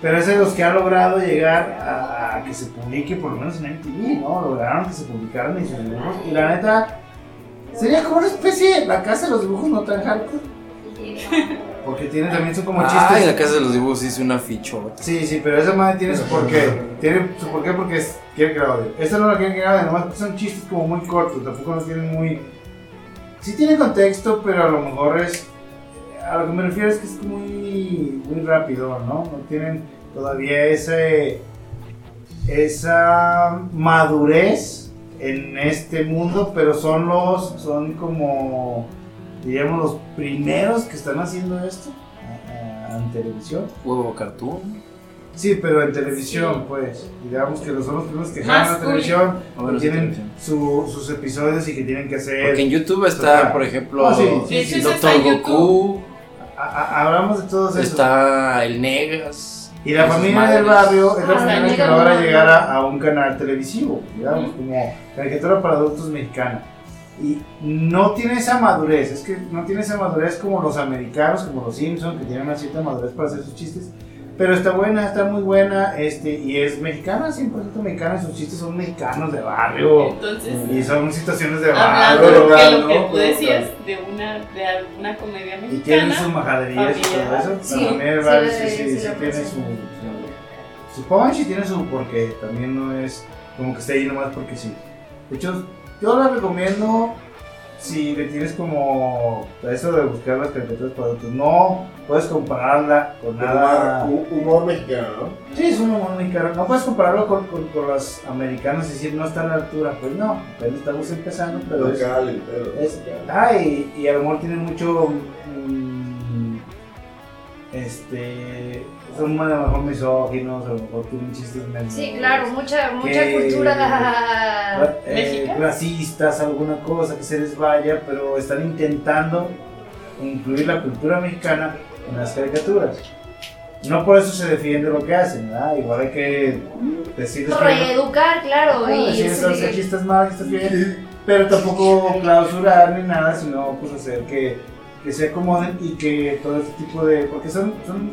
[SPEAKER 2] Pero es de los que ha logrado llegar a, a que se publique, por lo menos en MTV, ¿no? Lograron que se publicaran en sus dibujos. Y la neta. Sería como una especie de la casa de los dibujos no tan hardcore. Porque tiene también su como
[SPEAKER 6] Ay,
[SPEAKER 2] chistes.
[SPEAKER 6] la casa de los dibujos hice una fichota.
[SPEAKER 2] Sí, sí, pero esa madre tiene su porqué. Tiene su porqué porque es, quiere que la odie. Esta no la quieren que la odie, nomás son chistes como muy cortos, tampoco no tienen muy. Sí tienen contexto, pero a lo mejor es. A lo que me refiero es que es muy, muy rápido, ¿no? No tienen todavía ese. esa madurez en este mundo, pero son los. son como. diríamos los primeros que están haciendo esto ah, ah, en televisión.
[SPEAKER 6] Huevo cartoon.
[SPEAKER 2] Sí, pero en televisión, pues. Digamos que los son los primeros que
[SPEAKER 8] Más
[SPEAKER 2] jalan la
[SPEAKER 8] público.
[SPEAKER 2] televisión,
[SPEAKER 6] Ah, bueno,
[SPEAKER 2] que
[SPEAKER 6] sí,
[SPEAKER 2] tienen
[SPEAKER 6] televisión.
[SPEAKER 2] su- sus episodios y que tienen que hacer.
[SPEAKER 6] Porque en YouTube
[SPEAKER 2] Ajá.
[SPEAKER 6] está, por ejemplo,
[SPEAKER 2] Ah, sí, sí,
[SPEAKER 8] De hecho, eso está
[SPEAKER 6] Doctor
[SPEAKER 8] en YouTube.
[SPEAKER 6] Goku,
[SPEAKER 2] A- a- hablamos de todos esos.
[SPEAKER 6] está el Negas.
[SPEAKER 2] y la
[SPEAKER 6] esas
[SPEAKER 2] familia
[SPEAKER 6] madres.
[SPEAKER 2] del barrio es
[SPEAKER 5] Ah,
[SPEAKER 2] la familia que
[SPEAKER 5] Daniela
[SPEAKER 2] logra
[SPEAKER 5] Luna.
[SPEAKER 2] llegar a, a un canal televisivo, digamos, como caricatura para adultos mexicana. Y no tiene esa madurez, es que no tiene esa madurez como los americanos, como los Simpsons, que tienen una cierta madurez para hacer sus chistes. Pero está buena, está muy buena, este, y es mexicana, 100% mexicana, y sus chistes son mexicanos de barrio.
[SPEAKER 8] Entonces,
[SPEAKER 2] Y son situaciones de
[SPEAKER 8] hablando
[SPEAKER 2] barrio.
[SPEAKER 8] de
[SPEAKER 7] claro,
[SPEAKER 8] lo que
[SPEAKER 7] ¿no?
[SPEAKER 8] tú decías de una, de alguna comedia
[SPEAKER 2] Y tienen sus
[SPEAKER 8] mexicana.
[SPEAKER 2] majaderías y todo eso.
[SPEAKER 5] Sí,
[SPEAKER 2] la familia del
[SPEAKER 5] sí,
[SPEAKER 2] barrio
[SPEAKER 5] sí,
[SPEAKER 2] sí, sí,
[SPEAKER 5] sí,
[SPEAKER 2] sí
[SPEAKER 5] lo
[SPEAKER 2] tiene su,
[SPEAKER 5] conozco.
[SPEAKER 2] su, su punch y tiene su porque también no es como que esté ahí nomás porque sí. De hecho, yo la recomiendo si le tienes como a eso de buscar las caricaturas para adultos. No puedes compararla con nada.
[SPEAKER 7] Humor, hu- humor mexicano, ¿no?
[SPEAKER 2] Sí, es un humor muy caro. No puedes compararlo con, con, con las americanas y decir no está a la altura. Pues no, apenas estamos empezando, pero es
[SPEAKER 7] Local, el pedo.
[SPEAKER 2] es-
[SPEAKER 7] local.
[SPEAKER 2] ah, y, y a lo mejor tiene mucho. mm, este. Son a lo mejor misóginos, a lo mejor tienen chistes menos.
[SPEAKER 5] Sí, claro, mucha, mucha
[SPEAKER 2] Que-
[SPEAKER 5] cultura.
[SPEAKER 2] ra- eh,
[SPEAKER 8] ¿Mexicana?
[SPEAKER 2] racistas, alguna cosa que se les vaya, pero están intentando incluir la cultura mexicana en las caricaturas. No por eso se defiende lo que hacen, ¿verdad? Igual hay que decirles que no-
[SPEAKER 5] Reeducar, claro.
[SPEAKER 2] no,
[SPEAKER 5] y
[SPEAKER 2] decir,
[SPEAKER 5] sí.
[SPEAKER 2] "Estás aquí, estás mal, estás bien", pero tampoco clausurar ni nada, sino pues hacer que, que se acomoden y que todo este tipo de... porque son, son,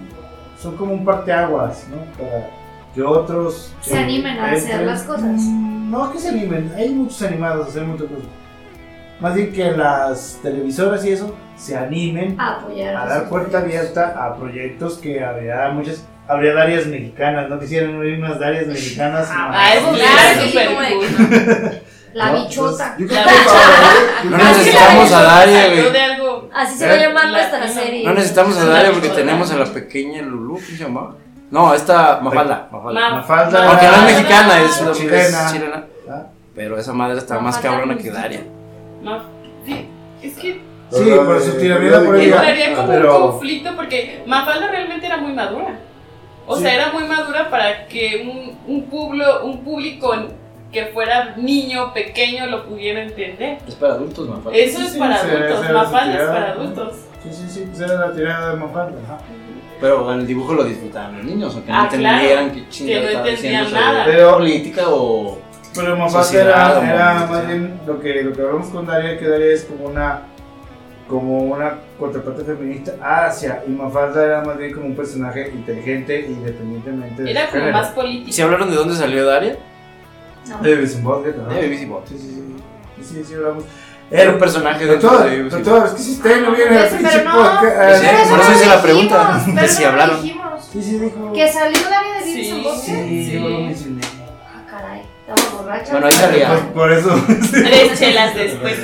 [SPEAKER 2] son como un parteaguas, ¿no? Para que otros... eh,
[SPEAKER 5] Se animen a hacer
[SPEAKER 2] entren.
[SPEAKER 5] las cosas.
[SPEAKER 2] Mm, No, que se animen, hay muchos animados a hacer muchas cosas. Más bien que las televisoras y eso se animen
[SPEAKER 5] A apoyar.
[SPEAKER 2] a dar
[SPEAKER 5] sus-
[SPEAKER 2] puerta abierta a proyectos que habría muchas... Habría áreas mexicanas, ¿no? Quisieran oír unas áreas mexicanas.
[SPEAKER 8] Ah, es
[SPEAKER 2] maravillosas.
[SPEAKER 5] pues, Claro, que
[SPEAKER 8] Sí,
[SPEAKER 5] sí, como de que no. La
[SPEAKER 2] No,
[SPEAKER 5] bichota.
[SPEAKER 7] Yo creo que para- yo
[SPEAKER 6] No
[SPEAKER 7] creo que-
[SPEAKER 6] necesitamos a Daria,
[SPEAKER 8] Salió
[SPEAKER 6] güey.
[SPEAKER 8] Ah, de algo.
[SPEAKER 5] Así se va a llamar nuestra
[SPEAKER 8] Latino.
[SPEAKER 5] serie.
[SPEAKER 6] Eh, No necesitamos a
[SPEAKER 8] La
[SPEAKER 6] Daria porque
[SPEAKER 8] bichota.
[SPEAKER 6] tenemos a la pequeña Lulu, ¿qué se llamaba? No, esta Mafalda. Mafalda.
[SPEAKER 8] Ma-
[SPEAKER 2] Mafalda.
[SPEAKER 6] Aunque no es
[SPEAKER 8] Mafalda.
[SPEAKER 6] mexicana, es, una- es
[SPEAKER 2] Chilena.
[SPEAKER 6] chilena.
[SPEAKER 2] Ah.
[SPEAKER 6] Pero esa madre está más
[SPEAKER 5] Mafalda
[SPEAKER 6] cabrona
[SPEAKER 5] Mujica.
[SPEAKER 6] que Daria.
[SPEAKER 8] Ma- sí, es que
[SPEAKER 2] Sí, por su tiramiela por ahí.
[SPEAKER 8] Entraría como
[SPEAKER 2] Pero-
[SPEAKER 8] un conflicto porque Mafalda realmente era muy madura. O sea, era muy madura para que un, un, pueblo, un público que fuera niño, pequeño, lo pudiera entender.
[SPEAKER 6] Es para adultos, Mafalda.
[SPEAKER 8] Eso
[SPEAKER 2] Sí,
[SPEAKER 8] es
[SPEAKER 2] sí,
[SPEAKER 8] para
[SPEAKER 2] se-
[SPEAKER 8] adultos,
[SPEAKER 2] se-
[SPEAKER 8] Mafalda
[SPEAKER 2] se-
[SPEAKER 8] es para adultos.
[SPEAKER 2] Sí, sí, sí, pues era la tirada de Mafalda. ajá.
[SPEAKER 6] Pero en el dibujo lo disfrutaban los niños, aunque no
[SPEAKER 8] Ah, claro,
[SPEAKER 6] entendieran qué chingada
[SPEAKER 8] que no
[SPEAKER 6] estaba
[SPEAKER 8] entendían
[SPEAKER 6] diciendo sobre
[SPEAKER 8] nada.
[SPEAKER 2] Pero-
[SPEAKER 6] política o...
[SPEAKER 2] Pero Mafalda
[SPEAKER 6] Sociedad,
[SPEAKER 2] era, era
[SPEAKER 6] hombre,
[SPEAKER 2] más
[SPEAKER 6] sí.
[SPEAKER 2] bien lo que, lo que hablamos con Daria, que Daria es como una como una contraparte feminista hacia y Mafalda era más bien como un personaje inteligente independientemente de
[SPEAKER 8] Era
[SPEAKER 2] su
[SPEAKER 8] como
[SPEAKER 2] género.
[SPEAKER 8] más político.
[SPEAKER 6] ¿Se hablaron de dónde salió Daria?
[SPEAKER 5] No.
[SPEAKER 6] eh,
[SPEAKER 2] de Bisonbot, ¿no?
[SPEAKER 6] De Baby Bot.
[SPEAKER 2] Sí, sí, sí. Sí, sí, sí, hablamos.
[SPEAKER 6] Era un personaje dentro
[SPEAKER 2] Doctor,
[SPEAKER 6] de Baby Bot.
[SPEAKER 2] doctor, es que si usted no viene al
[SPEAKER 5] Ah, Pero
[SPEAKER 2] pinche
[SPEAKER 5] no,
[SPEAKER 6] Pues
[SPEAKER 2] podcast. eh,
[SPEAKER 6] sí, por eso hice la pregunta,
[SPEAKER 5] dijimos,
[SPEAKER 6] de
[SPEAKER 5] pero
[SPEAKER 6] si
[SPEAKER 5] no lo
[SPEAKER 6] hablaron.
[SPEAKER 5] dijimos.
[SPEAKER 2] Sí, sí, dijo.
[SPEAKER 5] Que salió el área de Simpson
[SPEAKER 8] Sí,
[SPEAKER 5] Boxer.
[SPEAKER 8] sí,
[SPEAKER 2] yo lo
[SPEAKER 8] sí.
[SPEAKER 2] mencioné.
[SPEAKER 5] Ah, caray, estamos borrachos.
[SPEAKER 6] Bueno, ahí
[SPEAKER 2] Pues
[SPEAKER 6] salía.
[SPEAKER 2] por eso,
[SPEAKER 8] Tres chelas después.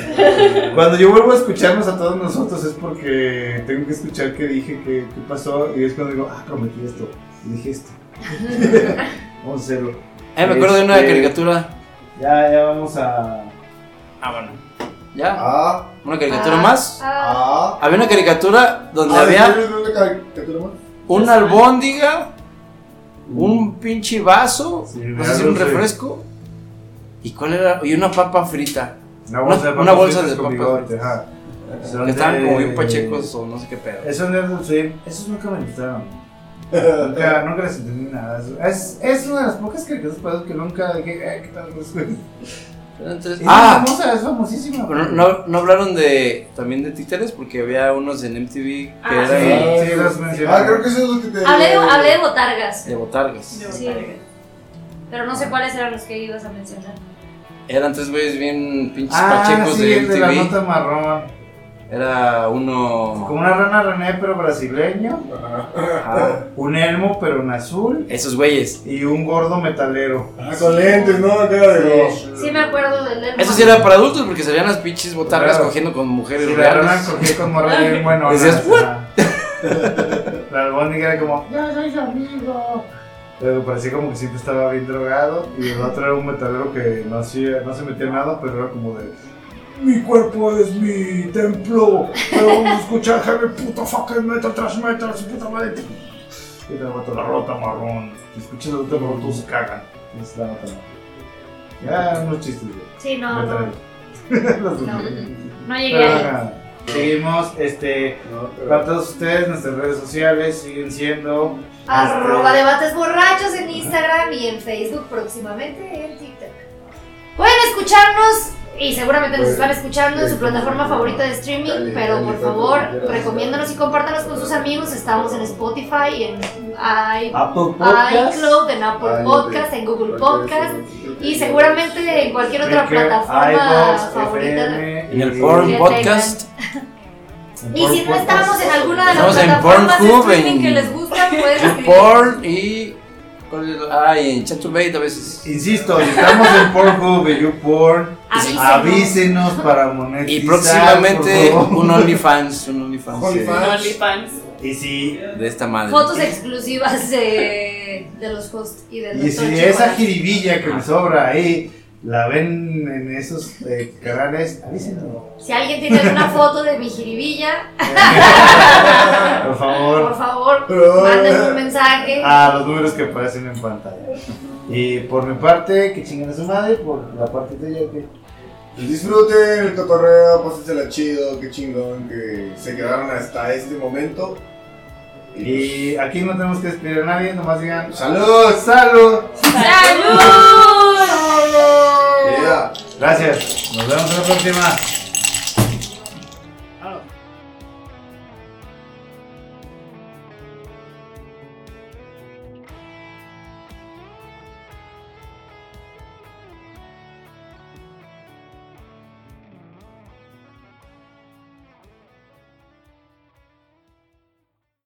[SPEAKER 2] cuando yo vuelvo a escucharnos a todos nosotros es porque tengo que escuchar qué dije, qué, qué pasó, y es cuando digo, ah, cometí esto, y dije esto. vamos a hacerlo.
[SPEAKER 6] Eh, me acuerdo de una
[SPEAKER 2] Este-
[SPEAKER 6] caricatura.
[SPEAKER 2] Ya, ya vamos a.
[SPEAKER 6] Ah, bueno. ¿Ya?
[SPEAKER 7] Ah,
[SPEAKER 6] ¿Una caricatura
[SPEAKER 5] Ah,
[SPEAKER 6] más?
[SPEAKER 5] ah,
[SPEAKER 7] ah.
[SPEAKER 6] Había una caricatura donde
[SPEAKER 7] Ah,
[SPEAKER 6] había...
[SPEAKER 7] ¿tienes una caricatura más?
[SPEAKER 6] un albóndiga, un pinche vaso,
[SPEAKER 2] Mm. Sí,
[SPEAKER 6] no sé si un
[SPEAKER 2] sí.
[SPEAKER 6] refresco. ¿Y cuál era? Y una papa frita.
[SPEAKER 2] Una
[SPEAKER 6] Una- una
[SPEAKER 2] papas
[SPEAKER 6] bolsa de
[SPEAKER 2] fritas con
[SPEAKER 6] papas
[SPEAKER 2] bigote,
[SPEAKER 6] fritas.
[SPEAKER 2] ajá. Son
[SPEAKER 6] Que estaban
[SPEAKER 2] de-
[SPEAKER 6] como bien pachecos o no sé qué pedo.
[SPEAKER 2] Esos nerds del swing, esos nunca me gustaron. Nunca, nunca les entendí nada. Es, es una de las pocas caricaturas que nunca dije, eh, ¿qué tal? los güeyes?"
[SPEAKER 6] Eran tres-
[SPEAKER 2] Es
[SPEAKER 6] Ah,
[SPEAKER 2] famosa, es famosísima. Ah,
[SPEAKER 6] pero no, no hablaron de también de títeres porque había unos en MTV que
[SPEAKER 8] Ah,
[SPEAKER 6] eran
[SPEAKER 7] sí.
[SPEAKER 2] Sí, los mencioné.
[SPEAKER 7] Ah, creo que eso es lo que te.
[SPEAKER 5] hablé, de, hablé de botargas,
[SPEAKER 6] de botargas.
[SPEAKER 8] No,
[SPEAKER 5] Sí.
[SPEAKER 8] vale.
[SPEAKER 5] pero no sé cuáles eran los que ibas a mencionar.
[SPEAKER 6] Eh, Eran tres güeyes bien pinches
[SPEAKER 2] Ah,
[SPEAKER 6] pachecos
[SPEAKER 2] sí,
[SPEAKER 6] de
[SPEAKER 2] el de la
[SPEAKER 6] MTV.
[SPEAKER 2] nota marrón.
[SPEAKER 6] Era
[SPEAKER 2] Como
[SPEAKER 6] uno.
[SPEAKER 2] una rana René, pero brasileño.
[SPEAKER 6] Ajá.
[SPEAKER 2] Un elmo, pero en azul.
[SPEAKER 6] Esos güeyes.
[SPEAKER 2] Y un gordo metalero.
[SPEAKER 7] Ah, con lentes, ¿no? Acá de
[SPEAKER 5] Sí me acuerdo del Lerma.
[SPEAKER 6] Eso sí era para adultos porque salían las pinches botargas
[SPEAKER 2] Claro.
[SPEAKER 6] cogiendo con mujeres
[SPEAKER 2] Y la rana
[SPEAKER 6] reales.
[SPEAKER 2] cogía con morra bien bueno.
[SPEAKER 6] Decías,
[SPEAKER 2] La albóndiga era como, yo soy su amigo. Pero parecía como que siempre estaba bien drogado. Y el otro era un metalero que no, hacía, no se metía en nada, pero era como de. Mi cuerpo es mi templo. Pero vamos a escuchar heavy puta fucking metal, trash metal, su puta madre. Y la bata la rota marrón. Si escuchas la rota marrón, todos se cagan. Es la rota marrón. Ya, unos chistes. güey.
[SPEAKER 5] Sí, no, no,
[SPEAKER 2] Metalero. Los
[SPEAKER 5] No.
[SPEAKER 2] metalero.
[SPEAKER 5] no
[SPEAKER 2] Pero
[SPEAKER 5] llegué ahí.
[SPEAKER 2] nada, Seguimos, este. Para todos ustedes, nuestras redes sociales siguen siendo. este,
[SPEAKER 5] Arroba debates borrachos en Instagram y en Facebook próximamente en TikTok. Pueden escucharnos y seguramente
[SPEAKER 2] Pues,
[SPEAKER 5] nos están escuchando en su plataforma favorita de streaming, pero por favor recomiéndanos y compártanos con sus amigos. Estamos en Spotify, en i-
[SPEAKER 10] Apple
[SPEAKER 5] iCloud, en Apple Podcast, en Google Podcast y seguramente en cualquier otra
[SPEAKER 2] Spreaker,
[SPEAKER 5] plataforma
[SPEAKER 2] iVoox,
[SPEAKER 5] favorita.
[SPEAKER 2] FM,
[SPEAKER 6] En el
[SPEAKER 2] y-
[SPEAKER 6] Porn
[SPEAKER 5] tengan.
[SPEAKER 6] Podcast.
[SPEAKER 2] en
[SPEAKER 5] Y si
[SPEAKER 2] Porn
[SPEAKER 5] no
[SPEAKER 2] Podcast.
[SPEAKER 5] estamos en alguna de las
[SPEAKER 6] Estamos en
[SPEAKER 5] plataformas de
[SPEAKER 6] Pornhub,
[SPEAKER 5] streaming que
[SPEAKER 6] en
[SPEAKER 5] les gustan, pueden escribirnos.
[SPEAKER 6] Porn y. ¿cuál es la- Ah, y en Chaturbate a veces.
[SPEAKER 2] Insisto, si estamos en Pornhub y YouPorn,
[SPEAKER 5] Avísenos.
[SPEAKER 2] avísenos para monetizar.
[SPEAKER 6] Y próximamente
[SPEAKER 2] por favor.
[SPEAKER 6] un OnlyFans, un OnlyFans de,
[SPEAKER 8] Un OnlyFans.
[SPEAKER 2] Y si,
[SPEAKER 6] de esta madre.
[SPEAKER 5] Fotos exclusivas de, de los hosts y de
[SPEAKER 2] y si esa jiribilla que me sobra ahí la ven en esos eh, canales, avísenos.
[SPEAKER 5] Si alguien tiene alguna foto de mi jiribilla,
[SPEAKER 2] Por favor.
[SPEAKER 5] por favor,
[SPEAKER 7] Pero-
[SPEAKER 5] mándenme un mensaje.
[SPEAKER 2] a los números que aparecen en pantalla. Y por mi parte, que chinguen a su madre, por la parte de ella, que
[SPEAKER 7] Pues Disfruten el cotorreo, pásensela chido, qué chingón que se quedaron hasta este momento. Y pues,
[SPEAKER 2] Y aquí no tenemos que despedir a nadie, nomás digan
[SPEAKER 7] ¡Salud!
[SPEAKER 2] ¡Salud!
[SPEAKER 5] Eh, ¡Salud!
[SPEAKER 7] Yeah.
[SPEAKER 2] Gracias, nos vemos en la próxima.